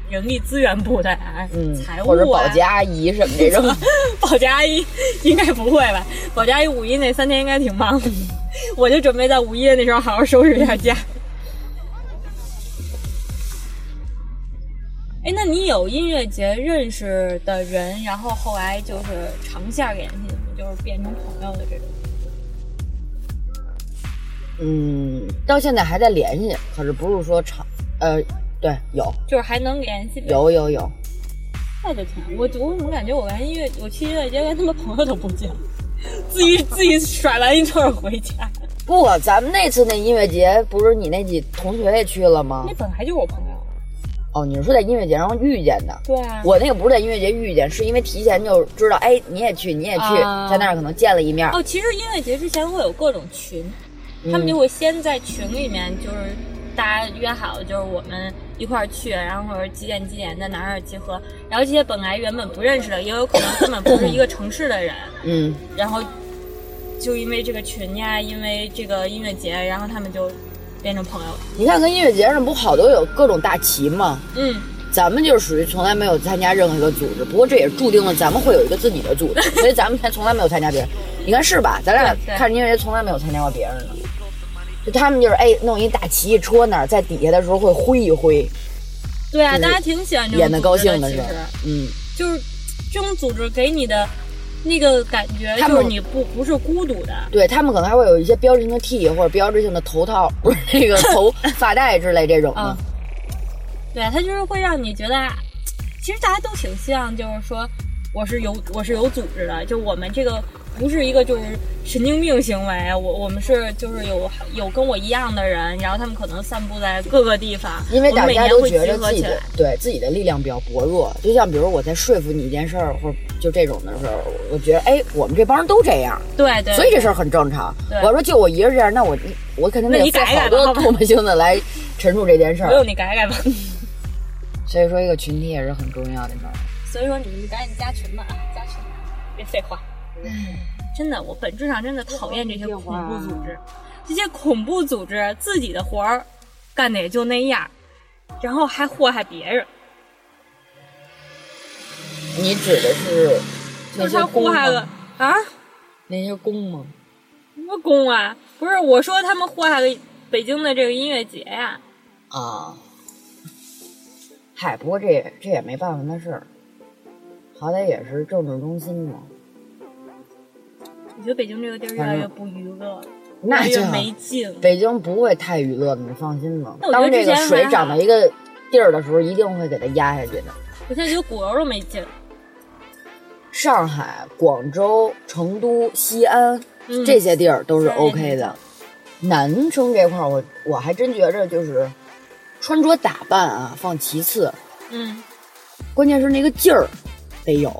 Speaker 3: 人力资源部的啊，
Speaker 2: 嗯，
Speaker 3: 财务
Speaker 2: 或
Speaker 3: 啊，
Speaker 2: 者保洁阿姨什么这种，
Speaker 3: 保洁阿姨应该不会吧？保洁阿姨五一那三天应该挺忙
Speaker 2: 嗯
Speaker 3: 的，我就准备在五一的那时候好好收拾一下家。哎，那你有音乐节认识的人，然后后来就是长线联系的吗，就是变成朋友的这种？
Speaker 2: 嗯，到现在还在联系，可是不是说长，呃，对，有
Speaker 3: 就是还能联系呗，
Speaker 2: 有有有，
Speaker 3: 那就挺好。我我怎么感觉我玩音乐，我去音乐节连他妈朋友都不见了，自己自己甩完一通回家。
Speaker 2: 不，咱们那次那音乐节不是你那几同学也去了吗
Speaker 3: 那？本来就是我朋友。
Speaker 2: 哦，你是说在音乐节上遇见的？
Speaker 3: 对啊，
Speaker 2: 我那个不是在音乐节遇见，是因为提前就知道，哎，你也去，你也去，
Speaker 3: 啊
Speaker 2: 在那儿可能见了一面。
Speaker 3: 哦，其实音乐节之前会有各种群，
Speaker 2: 嗯
Speaker 3: 他们就会先在群里面就是大家约好，就是我们一块儿去，然后或者几点几点在哪儿集合，然后这些本来原本不认识的，也有可能根本不是一个城市的人，
Speaker 2: 嗯，
Speaker 3: 然后就因为这个群呀，因为这个音乐节，然后他们就变成朋友了。
Speaker 2: 你看，跟音乐节上不好多有各种大旗吗？
Speaker 3: 嗯，
Speaker 2: 咱们就是属于从来没有参加任何一个组织，不过这也注定了咱们会有一个自己的组 织，所以咱们才从来没有参加别人。你看是吧？咱俩
Speaker 3: 对对
Speaker 2: 看着音乐节从来没有参加过别人的，就他们就是哎弄一大旗一戳那儿，在底下的时候会挥一挥，
Speaker 3: 对啊，
Speaker 2: 就是
Speaker 3: 大家挺喜欢这种
Speaker 2: 演的高兴的时
Speaker 3: 组织的
Speaker 2: 候
Speaker 3: 其实。
Speaker 2: 嗯，
Speaker 3: 就是这种组织给你的那个感觉，
Speaker 2: 他
Speaker 3: 就
Speaker 2: 们
Speaker 3: 是你不不是孤独的。
Speaker 2: 对他们可能还会有一些标志性的 T 或者标志性的头套，不是那个头 发带之类这种的
Speaker 3: 啊。对，它就是会让你觉得，其实大家都挺希望，就是说我是有我是有组织的，就我们这个不是一个就是神经病行为，我我们是就是有有跟我一样的人，然后他们可能散布在各个地方，
Speaker 2: 因为
Speaker 3: 我们
Speaker 2: 大
Speaker 3: 每
Speaker 2: 家
Speaker 3: 年
Speaker 2: 都
Speaker 3: 会
Speaker 2: 觉
Speaker 3: 集
Speaker 2: 得
Speaker 3: 合
Speaker 2: 自己
Speaker 3: 起
Speaker 2: 的
Speaker 3: 来。
Speaker 2: 对自己的力量比较薄弱，就像比如我在说服你一件事儿，或者就这种的时候，我觉得哎，我们这帮人都这样，
Speaker 3: 对对，
Speaker 2: 所以这
Speaker 3: 对
Speaker 2: 事儿很正常。
Speaker 3: 对
Speaker 2: 我要说就我一个人这样，那我我肯定
Speaker 3: 那
Speaker 2: 得
Speaker 3: 你
Speaker 2: 费
Speaker 3: 改
Speaker 2: 好
Speaker 3: 改吧
Speaker 2: 多
Speaker 3: 好吧嗯
Speaker 2: 唾沫星子来陈述这件事
Speaker 3: 不
Speaker 2: 儿。
Speaker 3: 用你改改吧。
Speaker 2: 所以说，一个群体也是很重要的事儿。
Speaker 3: 所以说你们赶紧加群吧啊，加群吧，别废话。真的，我本质上真的讨厌这些恐怖组织，这些恐怖组织自己的活儿干的也就那样，然后还祸害别人，
Speaker 2: 你指的是
Speaker 3: 就
Speaker 2: 那
Speaker 3: 是
Speaker 2: 些
Speaker 3: 他祸
Speaker 2: 公
Speaker 3: 害了
Speaker 2: 吗？
Speaker 3: 啊
Speaker 2: 那些公吗？
Speaker 3: 什么公啊？不是我说他们祸害了北京的这个音乐节呀、
Speaker 2: 啊，嗨，不过这也这也没办法的事儿，好歹也是政治中心嘛。
Speaker 3: 我觉得北京这个地儿越来越不娱乐，越
Speaker 2: 那
Speaker 3: 来
Speaker 2: 就
Speaker 3: 越没劲了。
Speaker 2: 北京不会太娱乐的，你放心吧
Speaker 3: 那。我觉得
Speaker 2: 当这个
Speaker 3: 之前
Speaker 2: 水
Speaker 3: 还
Speaker 2: 涨到一个地儿的时候，一定会给它压下去的。
Speaker 3: 我现在觉得鼓楼都没劲。
Speaker 2: 上海、广州、成都、西安、
Speaker 3: 嗯
Speaker 2: 这些地儿都是
Speaker 3: 西安也
Speaker 2: OK 的。男生这块儿，我我还真觉着就是穿着打扮啊放其次，
Speaker 3: 嗯，
Speaker 2: 关键是那个劲儿得有。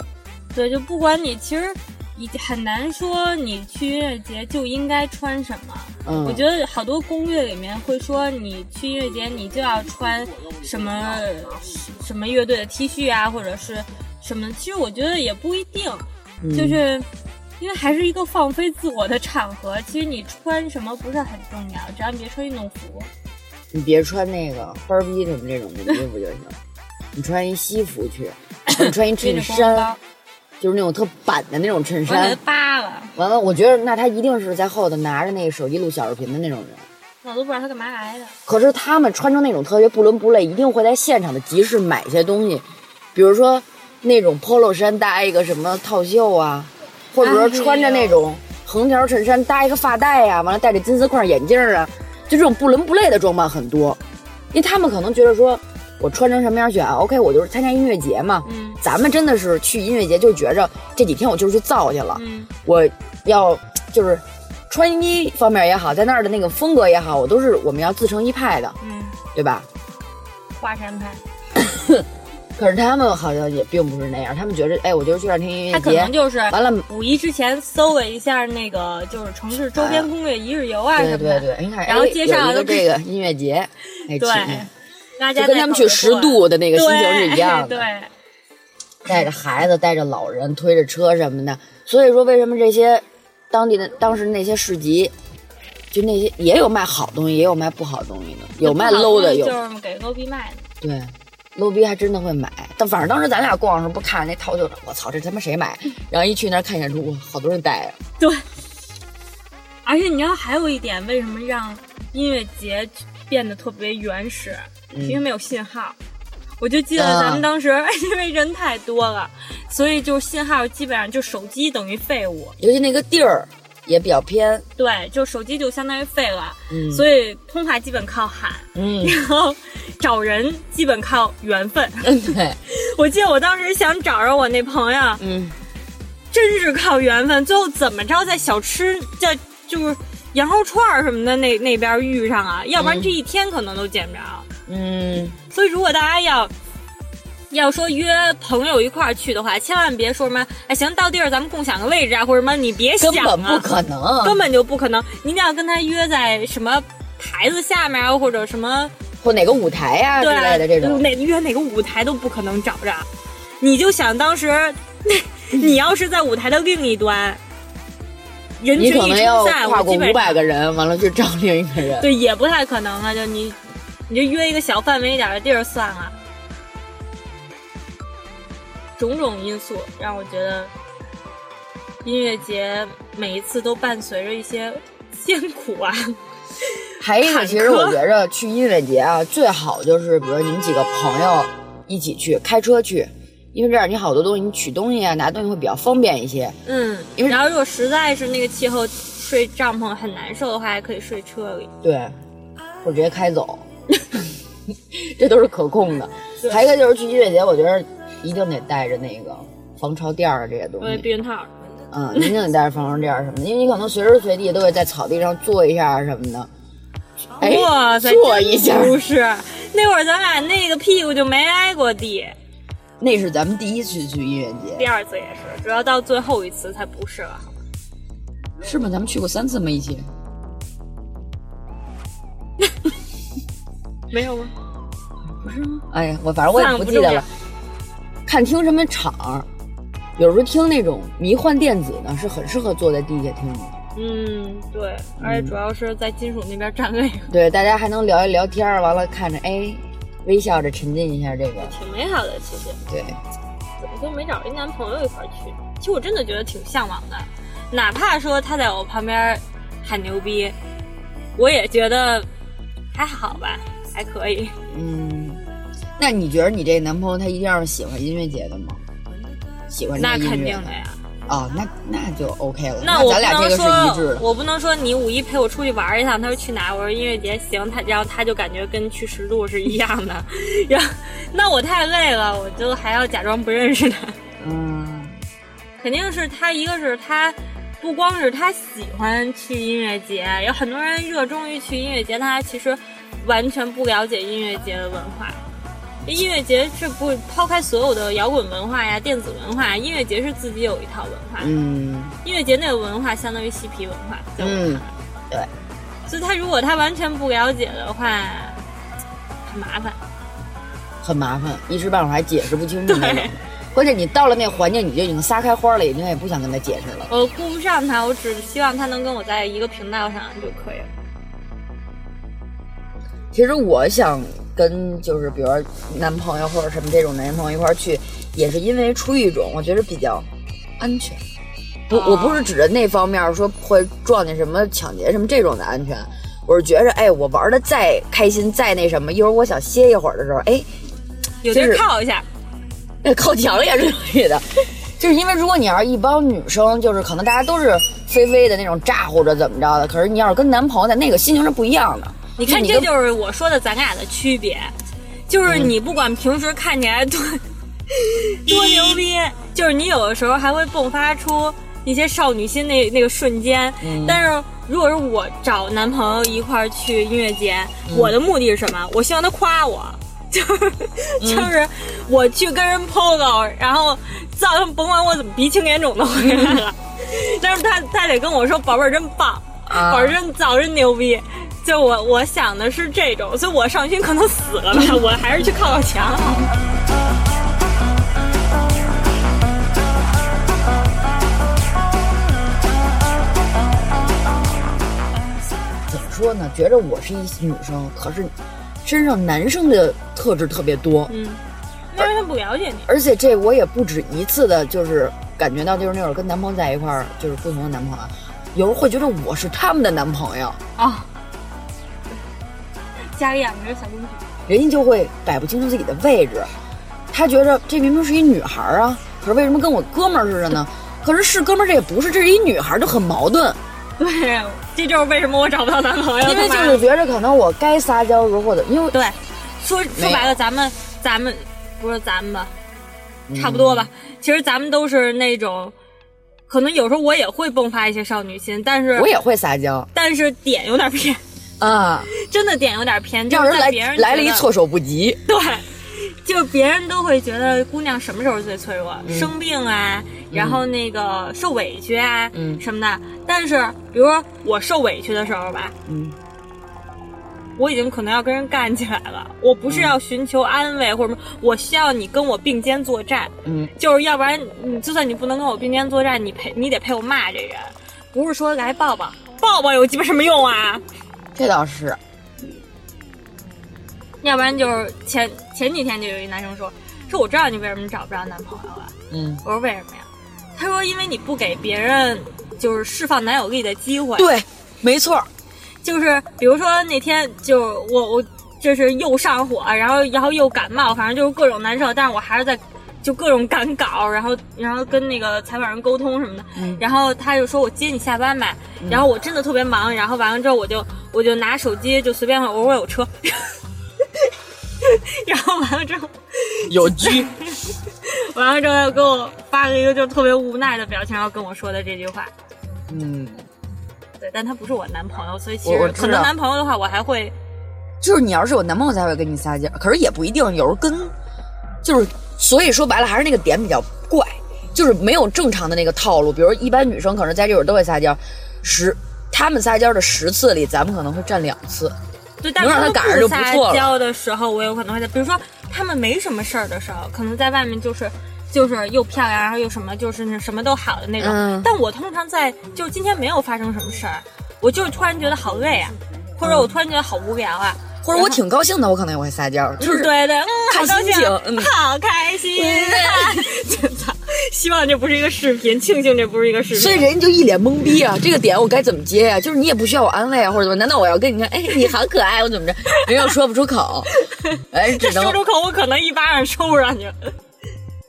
Speaker 3: 对，就不管你，其实你很难说你去音乐节就应该穿什么。
Speaker 2: 嗯，
Speaker 3: 我觉得好多攻略里面会说，你去音乐节你就要穿什么什么乐队的 T 恤啊，或者是什么。其实我觉得也不一定，
Speaker 2: 嗯
Speaker 3: 就是因为还是一个放飞自我的场合。其实你穿什么不是很重要，只要你别穿运动服。
Speaker 2: 你别穿那个班儿逼什么这种的衣服就行， 你穿一西服去，或者穿一
Speaker 3: 背
Speaker 2: 衬
Speaker 3: 着 公
Speaker 2: 衫
Speaker 3: 文包，，
Speaker 2: 就是那种特板的那种衬
Speaker 3: 我给它
Speaker 2: 衫。
Speaker 3: 扒了。
Speaker 2: 完了，我觉得那他一定是在后头拿着那个手机录小视频的那种人，
Speaker 3: 我都不知道他干嘛来的。
Speaker 2: 可是他们穿成那种特别不伦不类，一定会在现场的集市买些东西，比如说那种 polo 衫搭一个什么套袖啊，或者说穿着那种横条衬衫搭一个发带呀、完了戴着金丝框眼镜啊，就这种不伦不类的装扮很多，因为他们可能觉得说。我穿成什么样选？OK，我啊就是参加音乐节嘛。
Speaker 3: 嗯
Speaker 2: 咱们真的是去音乐节，就觉着这几天我就是去造去了。
Speaker 3: 嗯
Speaker 2: 我要就是穿衣方面也好，在那儿的那个风格也好，我都是我们要自成一派的，
Speaker 3: 嗯，
Speaker 2: 对吧？
Speaker 3: 华山派，
Speaker 2: 可是他们好像也并不是那样，他们觉着，哎，我就是去那儿听音
Speaker 3: 他
Speaker 2: 乐
Speaker 3: 可
Speaker 2: 节
Speaker 3: 能，就是
Speaker 2: 完了，
Speaker 3: 五一之前搜了一下那个就是城市周边攻略一日游啊什
Speaker 2: 对
Speaker 3: 么
Speaker 2: 对
Speaker 3: 的，
Speaker 2: 对，你看，
Speaker 3: 然后
Speaker 2: 哎
Speaker 3: 介绍
Speaker 2: 有一个
Speaker 3: 都是
Speaker 2: 这个音乐节，哎，
Speaker 3: 对
Speaker 2: 去
Speaker 3: 大
Speaker 2: 就
Speaker 3: 家
Speaker 2: 跟
Speaker 3: 在
Speaker 2: 他们
Speaker 3: 考
Speaker 2: 去
Speaker 3: 虑
Speaker 2: 十
Speaker 3: 过
Speaker 2: 度的那个心情是一样
Speaker 3: 对
Speaker 2: 的，
Speaker 3: 对
Speaker 2: 带着孩子，带着老人，推着车什么的。所以说，为什么这些当地的当时那些市集，就那些也有卖好东西，也有卖不好东西的，有卖 low 的，有
Speaker 3: 就是给 low 逼卖的。
Speaker 2: 对，low 逼还真的会买，但反正当时咱俩逛的时候不看那套就，我操，这他妈谁买？
Speaker 3: 嗯
Speaker 2: 然后一去那儿看演出，哇好多人啊戴着，
Speaker 3: 对，而且你知道还有一点，为什么让音乐节变得特别原始？因为
Speaker 2: 嗯，
Speaker 3: 没有信号。我就记得
Speaker 2: 啊
Speaker 3: 咱们当时、 哎因为人太多了，所以就信号基本上就手机等于废物，
Speaker 2: 尤其那个地儿也比较偏，
Speaker 3: 对，就手机就相当于废了，
Speaker 2: 嗯，以
Speaker 3: 所以通话基本靠喊，
Speaker 2: 嗯，
Speaker 3: 然后找人基本靠缘分。
Speaker 2: 对，
Speaker 3: 我记得我当时想找着我那朋友，啊
Speaker 2: 嗯，
Speaker 3: 真是靠缘分，最后怎么着在小吃在就是羊肉串儿什么的那那边遇上啊，要不然
Speaker 2: 嗯
Speaker 3: 这一天可能都见不着。
Speaker 2: 嗯，
Speaker 3: 所以如果大家要要说约朋友一块儿去的话，千万别说什么哎行，到地儿咱们共享个位置啊，或者什么，你别想
Speaker 2: 根
Speaker 3: 啊，
Speaker 2: 本不可能，
Speaker 3: 根本就不可能，你一定要跟他约在什么。牌子下面啊，或者什么
Speaker 2: 或哪个舞台呀、
Speaker 3: 对
Speaker 2: 之类的这种，
Speaker 3: 哪约哪个舞台都不可能找着。你就想当时，
Speaker 2: 嗯
Speaker 3: 你要是在舞台的另一端，人
Speaker 2: 你
Speaker 3: 群
Speaker 2: 可
Speaker 3: 一
Speaker 2: 能
Speaker 3: 冲
Speaker 2: 要
Speaker 3: 散，
Speaker 2: 跨
Speaker 3: 我
Speaker 2: 过
Speaker 3: 基
Speaker 2: 五
Speaker 3: 本
Speaker 2: 百
Speaker 3: 上
Speaker 2: 个人，完了去找另一个人，
Speaker 3: 对也不太可能了。就你，你就约一个小范围一点的地儿算了。种种因素让我觉得，音乐节每一次都伴随着一些艰苦啊。
Speaker 2: 还有一个，其实我觉着去音乐节啊，最好就是比如你们几个朋友一起去，开车去，因为这样你好多东西，你取东西啊、拿东西会比较方便一些。
Speaker 3: 嗯，
Speaker 2: 因为
Speaker 3: 然后如果实在是那个气候睡帐篷很难受的话，还可以睡车里。
Speaker 2: 对，或者直接开 走，这都是可控的。
Speaker 3: 对
Speaker 2: 还有一个就是去音乐节，我觉得一定得带着那个防潮垫儿啊这些东
Speaker 3: 我的避
Speaker 2: 西，
Speaker 3: 孕套，
Speaker 2: 嗯，一定得带着防潮垫儿什么的，因为你可能随时随地都会在草地上坐一下啊什么的。哎，
Speaker 3: 哇塞，
Speaker 2: 坐一下
Speaker 3: 真，不是 那会儿咱俩那个屁股就没挨过地，
Speaker 2: 那是咱们第一次去音乐节
Speaker 3: 第，二次也是，直到到最后一次才不是了。
Speaker 2: 是吗？咱们去过三次吗？一起？
Speaker 3: 没有吗？
Speaker 2: 哎呀，我反正我也不记得了。看听什么场，有时候听那种迷幻电子呢，是很适合坐在地下听的。
Speaker 3: 嗯，对，而且主要是在金属那边站位，
Speaker 2: 对，大家还能聊一聊天儿，完了看着哎，微笑着沉浸一下这个。
Speaker 3: 挺美好的。其实
Speaker 2: 对，
Speaker 3: 怎么就没找一男朋友一块儿去？其实我真的觉得挺向往的，哪怕说他在我旁边喊牛逼，我也觉得还好吧，还可以。
Speaker 2: 嗯，那你觉得你这男朋友他一定要是喜欢音乐节的吗？喜欢这
Speaker 3: 那
Speaker 2: 个音乐
Speaker 3: 肯定的呀。
Speaker 2: 哦，那那就 OK 了。
Speaker 3: 那
Speaker 2: 那
Speaker 3: 我
Speaker 2: 咱
Speaker 3: 不
Speaker 2: 俩
Speaker 3: 能
Speaker 2: 这个是一致
Speaker 3: 说，
Speaker 2: 的。
Speaker 3: 我不能说你五一陪我出去玩一趟，他说去哪？我说音乐节，行，他然后他就感觉跟去十渡是一样的， 然后那我太累了，我就还要假装不认识他。
Speaker 2: 嗯，
Speaker 3: 肯定是他，一个是他不光是他喜欢去音乐节，有很多人热衷于去音乐节，但他其实完全不了解音乐节的文化。音乐节是不抛开所有的摇滚文化呀、电子文化，音乐节是自己有一套文化。
Speaker 2: 嗯，
Speaker 3: 音乐节那个文化相当于嬉皮文化，在我看来
Speaker 2: 嗯对。
Speaker 3: 所以他如果他完全不了解的话，很麻烦。
Speaker 2: 很麻烦，一时半会儿还解释不清楚那种
Speaker 3: 对。
Speaker 2: 关键你到了那环境，你就已经撒开花了，已经也不想跟他解释了。
Speaker 3: 我顾不上他，我只希望他能跟我在一个频道上就可以了。
Speaker 2: 其实我想跟就是比如说男朋友或者什么这种男朋友一块儿去，也是因为出于一种我觉得比较安全。啊不，
Speaker 3: 哦
Speaker 2: 我不是指着那方面说会撞见什么抢劫什么这种的安全，我是觉着，哎，我玩的再开心，再那什么，一会儿我想歇一会儿的时候，哎，
Speaker 3: 有
Speaker 2: 就
Speaker 3: 地
Speaker 2: 是
Speaker 3: 儿靠一下。
Speaker 2: 那靠墙也是可以的， 就是因为如果你要是一帮女生，就是可能大家都是飞飞的那种咋呼着怎么着的，可是你要是跟男朋友在那个心情是不一样的。
Speaker 3: 你看，
Speaker 2: 你
Speaker 3: 这
Speaker 2: 跟
Speaker 3: 就是我说的咱俩的区别，就是你不管平时看起来多、多牛逼，就是你有的时候还会迸发出一些少女心那那个瞬间。但是如果是我找男朋友一块儿去音乐节，我的目的是什么？我希望他夸我。就是就是，我去跟人 POGO，然后造他们甭管我怎么鼻青脸肿的回 来了，但是他他得跟我说宝贝儿真棒，
Speaker 2: 啊
Speaker 3: 宝贝儿真早真牛逼，就我我想的是这种，所以我上学可能死了吧，我还是去靠 靠墙。
Speaker 2: 怎么说呢？觉着我是一女生，可是身上男生的特质特别多，
Speaker 3: 嗯，因为他不了解你。
Speaker 2: 而且这我也不止一次的，就是感觉到就是那会儿跟男朋友在一块儿，就是不同的男朋友啊，有时候会觉得我是他们的男朋友，
Speaker 3: 啊、家里养着小公举，
Speaker 2: 人家就会摆不清楚自己的位置。他觉着这明明是一女孩儿啊，可是为什么跟我哥们儿似的呢？可是是哥们儿，这也不是，这是一女孩儿，就很矛盾。
Speaker 3: 对，这就是为什么我找不到男朋
Speaker 2: 因
Speaker 3: 友，
Speaker 2: 为就
Speaker 3: 他妈
Speaker 2: 是觉着可能我该撒娇时候，或者因为
Speaker 3: 对，说说白了，咱们咱们不是咱们吧，
Speaker 2: 嗯
Speaker 3: 差不多吧。其实咱们都是那种，可能有时候我也会迸发一些少女心，但是
Speaker 2: 我也会撒娇
Speaker 3: 但是点有点偏，
Speaker 2: 啊，
Speaker 3: 真的点有点偏，就
Speaker 2: 让
Speaker 3: 是
Speaker 2: 人
Speaker 3: 在
Speaker 2: 来
Speaker 3: 别人
Speaker 2: 来了一
Speaker 3: 觉得
Speaker 2: 措手不及。
Speaker 3: 对，就别人都会觉得姑娘什么时候最脆弱，
Speaker 2: 嗯
Speaker 3: 生病啊，然后那个受委屈啊，
Speaker 2: 嗯
Speaker 3: 什么的。但是比如说我受委屈的时候吧，
Speaker 2: 嗯，
Speaker 3: 我已经可能要跟人干起来了。我不是要寻求安慰或者什么，我需要你跟我并肩作战。
Speaker 2: 嗯，
Speaker 3: 就是要不然你就算你不能跟我并肩作战，你陪你得陪我骂这人，不是说来抱抱抱抱有鸡巴什么用啊？
Speaker 2: 这倒是，
Speaker 3: 要不然就是前前几天就有一男生说，说我知道你为什么找不着男朋友了。
Speaker 2: 嗯，
Speaker 3: 我说为什么呀？他说因为你不给别人就是释放男友力的机会。，
Speaker 2: 对，没错儿，
Speaker 3: 就是比如说那天就我我这是又上火，然后然后又感冒，反正就是各种难受，但是我还是在就各种赶稿，然后然后跟那个采访人沟通什么的。
Speaker 2: 嗯
Speaker 3: 然后他就说我接你下班吧，然后我真的特别忙，然后完了之后我就我就拿手机就随便我说我有车。 然后完了之后，
Speaker 2: 有 居。
Speaker 3: 完了之后又给我发了一个就特别无奈的表情，然后跟我说的这句话。
Speaker 2: 嗯，
Speaker 3: 对，但他不是我男朋友，所以其
Speaker 2: 我我
Speaker 3: 实
Speaker 2: 知
Speaker 3: 可能
Speaker 2: 道
Speaker 3: 男朋友的话，我还会
Speaker 2: 就是你要是有男朋友才会跟你撒娇，可是也不一定，有时候跟，就是所以说白了还是那个点比较怪，就是没有正常的那个套路。比如一般女生可能在这会儿都会撒娇，十。她们撒娇的十次里，咱们可能会占两次。
Speaker 3: 对，但
Speaker 2: 能让他
Speaker 3: 们
Speaker 2: 赶上就不
Speaker 3: 撒
Speaker 2: 错了
Speaker 3: 娇的时候，我有可能会在，比如说他们没什么事儿的时候，可能在外面就是。就是又漂亮，然后又什么，就是什么都好的那种。
Speaker 2: 嗯
Speaker 3: 但我通常在就今天没有发生什么事儿，我就是突然觉得好累啊，或者我突然觉得好无聊啊，
Speaker 2: 嗯或者我挺高兴的，我可能也会撒娇，就是
Speaker 3: 对对，嗯，好
Speaker 2: 看
Speaker 3: 高
Speaker 2: 心
Speaker 3: 兴
Speaker 2: 情
Speaker 3: 啊，
Speaker 2: 嗯
Speaker 3: 好开心啊！真的， 希望这不是一个视频，庆幸这不是一个视频。
Speaker 2: 所以人家就一脸懵逼啊，这个点我该怎么接呀、就是你也不需要我安慰啊，或者怎么？难道我要跟你说，哎，你好可爱，我怎么着？人又说不出口，哎，只能
Speaker 3: 说出口，我可能一巴掌抽上去。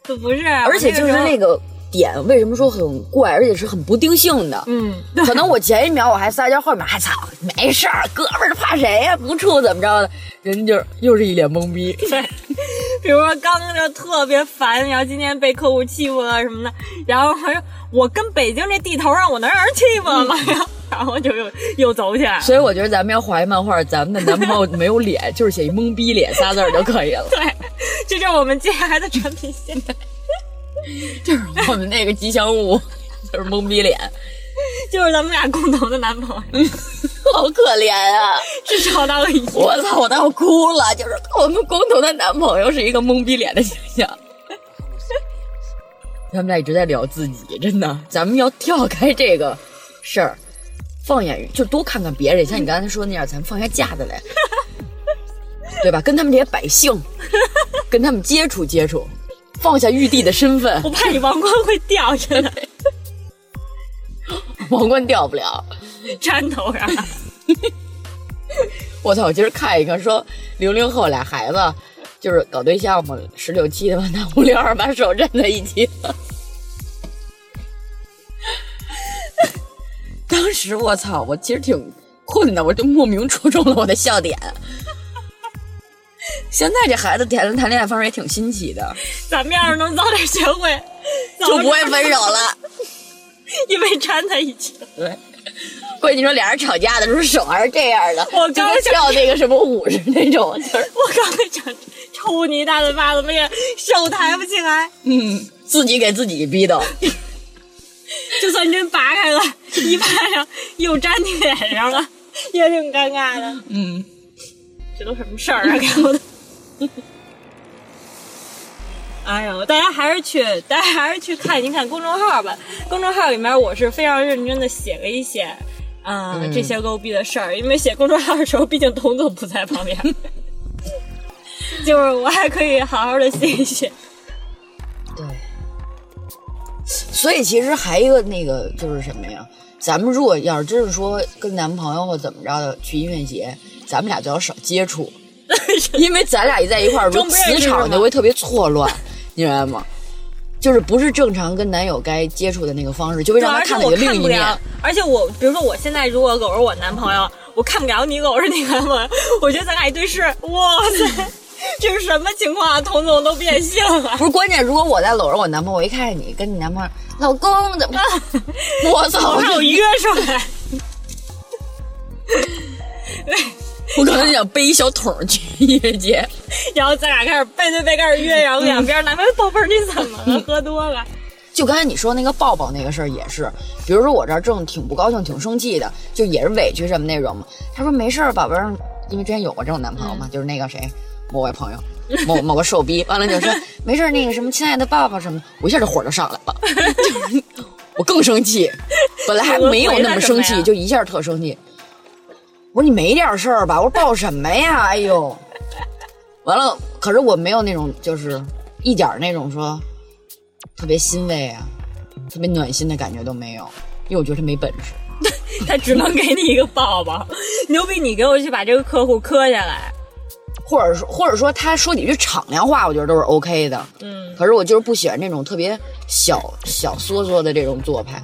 Speaker 3: 不不是，啊
Speaker 2: 而且就是那
Speaker 3: 那，
Speaker 2: 个点，为什么说很怪，而且是很不定性 的？
Speaker 3: 嗯，
Speaker 2: 可能我前一秒我还撒娇，后面还操，没事儿，哥们儿怕谁呀、不处怎么着的？人家就是又是一脸懵 逼，
Speaker 3: 对。比如说刚刚就特别烦，然后今天被客户欺负了什么的，然后我说我跟北京这地头上，我能让人欺负了吗？ 然后就又又走起来 了。
Speaker 2: 所以我觉得咱们要画一漫画，咱们的 男朋友没有脸，就是写一懵逼脸仨字儿就可以 了。
Speaker 3: 对，这就是我们接下来的产品线。
Speaker 2: 就是我们那个吉祥物，就是懵逼脸，
Speaker 3: 就是咱们俩共同的男朋友，
Speaker 2: 好可怜啊！
Speaker 3: 至少到了一起。
Speaker 2: 我操，我都要哭了。就是我们共同的男朋友是一个懵逼脸的形 象。咱们俩一直在聊自己，真的，咱们要跳开这个事儿，放眼于就多看看别人，像你刚才说那样，咱们放下架 子来，对吧？跟他们这些百姓，跟他们接触接触，放下玉帝的身份
Speaker 3: 我，怕你王冠会掉下来，
Speaker 2: 皇冠掉不了。
Speaker 3: 粘头上。
Speaker 2: 我操！我今儿看一个说零零后俩孩子就是搞对象嘛，十六七的吧，那五六二把手站在一起 了。当时我操，我其实挺困的，我就莫名戳中了我的笑点。现在这孩子谈谈恋爱方式也挺新奇的，
Speaker 3: 咱们要是能早点学会，早
Speaker 2: 就不会分手 了。
Speaker 3: 因为粘在一起。
Speaker 2: 对， 关键你说俩人吵架的时候手还是这样的，
Speaker 3: 我
Speaker 2: 就
Speaker 3: 刚
Speaker 2: 跟跳那个什么舞似的那种，就是
Speaker 3: 我刚才想抽你一大嘴巴子，没手抬不起来，
Speaker 2: 嗯，自己给自己逼的。
Speaker 3: 就算真拔开了，一巴掌又粘你脸上了，也挺尴尬的。
Speaker 2: 嗯，
Speaker 3: 这都什么事儿啊？给我的！哎呦，大家还是去，大家还是去看一看公众号吧。公众号里面我是非常认真的写了一写，啊、
Speaker 2: 嗯
Speaker 3: 这些 low 逼的事儿。因为写公众号的时候，毕竟童总不在旁边， 就是我还可以好好的写一写。
Speaker 2: 对。所以其实还一个那个就是什么呀？咱们如果要是真是说跟男朋友或怎么着的去音乐节，咱们俩就要少接 触，因为咱俩一在一块儿，如
Speaker 3: 装不认识
Speaker 2: 磁场就会特别错乱， 你明白吗？就是不是正常跟男友该接触的那个方式，就会
Speaker 3: 对，
Speaker 2: 让他
Speaker 3: 而且
Speaker 2: 看到
Speaker 3: 我
Speaker 2: 你的
Speaker 3: 看
Speaker 2: 另
Speaker 3: 不
Speaker 2: 一面
Speaker 3: 了。，而且我比如说我现在如果搂着我男朋友，我看不了你搂着你男朋友，我觉得咱俩一对视，哇塞，这是什么情况啊？童总都变性了。
Speaker 2: 不是关键，如果我在搂着我男朋友，我一看见你跟你男朋友，老公怎 么？我操！
Speaker 3: 我让我约出来，
Speaker 2: 我可能想背一小桶去音乐节。
Speaker 3: 然后咱俩开始背对背开始约，然后两边男朋友宝贝儿你怎么了？喝多了？
Speaker 2: 就刚才你说那个抱抱那个事儿也是，比如说我这儿正挺不高兴、挺生气的，就也是委屈什么那种嘛。他说没事儿，宝贝儿，因为之前有过这种男朋友
Speaker 3: 嗯
Speaker 2: 嘛，就是那个谁，某位朋友，某某个瘦逼，完了就 说没事儿，那个什么亲爱的爸爸什么的，我一下这火就上来了， 就是我更生气，本来还没有那么生
Speaker 3: 我回他什么
Speaker 2: 气，
Speaker 3: 呀
Speaker 2: 就一下特生气。我说你没点事儿吧？我说抱什么呀？哎呦，完了，可是我没有那种就是一点儿那种说特别欣慰啊，特别暖心的感觉都没有，因为我觉得他没本事。
Speaker 3: 他只能给你一个抱抱，牛逼！你给我去把这个客户磕下来，
Speaker 2: 或者说，或者说他说几句敞亮话，我觉得都是 OK 的。
Speaker 3: 嗯，
Speaker 2: 可是我就是不喜欢这种特别小小缩缩的这种做派。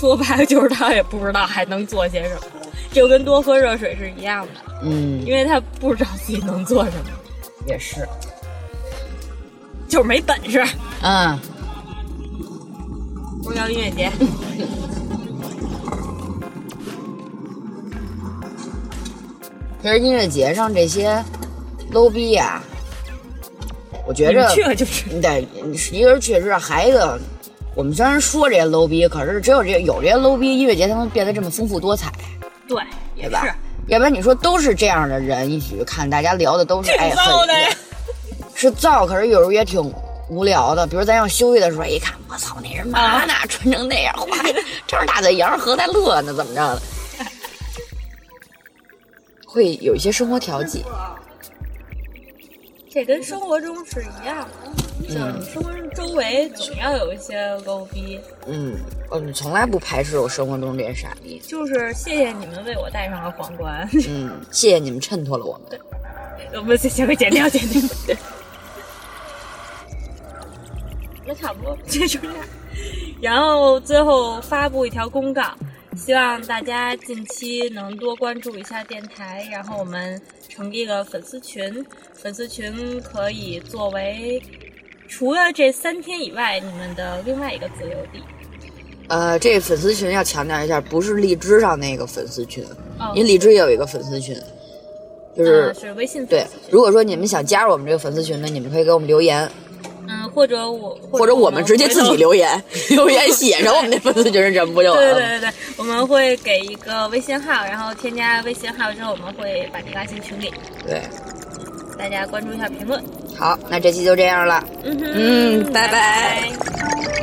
Speaker 3: 说白了就是他也不知道还能做些什么，就跟多喝热水是一样的。
Speaker 2: 嗯，
Speaker 3: 因为他不知道自己能做什么，
Speaker 2: 也是。
Speaker 3: 就是没本事。
Speaker 2: 嗯，
Speaker 3: 公交音乐节，
Speaker 2: 其实音乐节上这些 low 逼呀、我觉
Speaker 3: 你
Speaker 2: 着
Speaker 3: 们去了就知道。
Speaker 2: 你得你是一个人去是还一个，我们虽然说这些 low 逼，可是只有这有这些 low 逼，音乐节才能变得这么丰富多彩，
Speaker 3: 对，
Speaker 2: 对
Speaker 3: 也
Speaker 2: 吧？
Speaker 3: 是
Speaker 2: 要不然你说都是这样的人一起去看，大家聊的都是哎
Speaker 3: 挺
Speaker 2: 很
Speaker 3: 燥的。
Speaker 2: 是燥，可是有时候也挺无聊的。比如咱要休息的时候，一看我操，那人嘛呢，穿成那样，花张着大嘴洋河在乐呢，怎么着的？会有一些生活调剂，
Speaker 3: 这跟生活中是一样的，就是你生活中周围总要有一些 low 逼。
Speaker 2: 嗯，我们从来不排斥我生活中这些傻逼，
Speaker 3: 就是谢谢你们为我戴上了皇冠，
Speaker 2: 嗯，谢谢你们衬托了我们。
Speaker 3: 我们先先会剪掉，剪掉。对那差不多，这就这样。然后最后发布一条公告，希望大家近期能多关注一下电台。然后我们成立了粉丝群，粉丝群可以作为除了这三天以外你们的另外一个自由地。
Speaker 2: 呃，这个粉丝群要强调一下，不是荔枝上那个粉丝群，
Speaker 3: 哦
Speaker 2: 因为荔枝也有一个粉丝群，就
Speaker 3: 嗯
Speaker 2: 是、
Speaker 3: 是微信粉
Speaker 2: 对
Speaker 3: 丝。群，
Speaker 2: 如果说你们想加入我们这个粉丝群呢，你们可以给我们留言，
Speaker 3: 嗯，或者我
Speaker 2: 或者我们直接自己
Speaker 3: 留。
Speaker 2: 留言， 留言写上我们那粉丝群是什么不就完
Speaker 3: 对嗯
Speaker 2: 了？
Speaker 3: 对对对，我们会给一个微信号，然后添加微信号之后，我们会把你拉进群里，
Speaker 2: 对
Speaker 3: 大家关注一下评论。
Speaker 2: 好，那这期就这样了。
Speaker 3: 嗯哼，
Speaker 2: 嗯拜拜
Speaker 3: 拜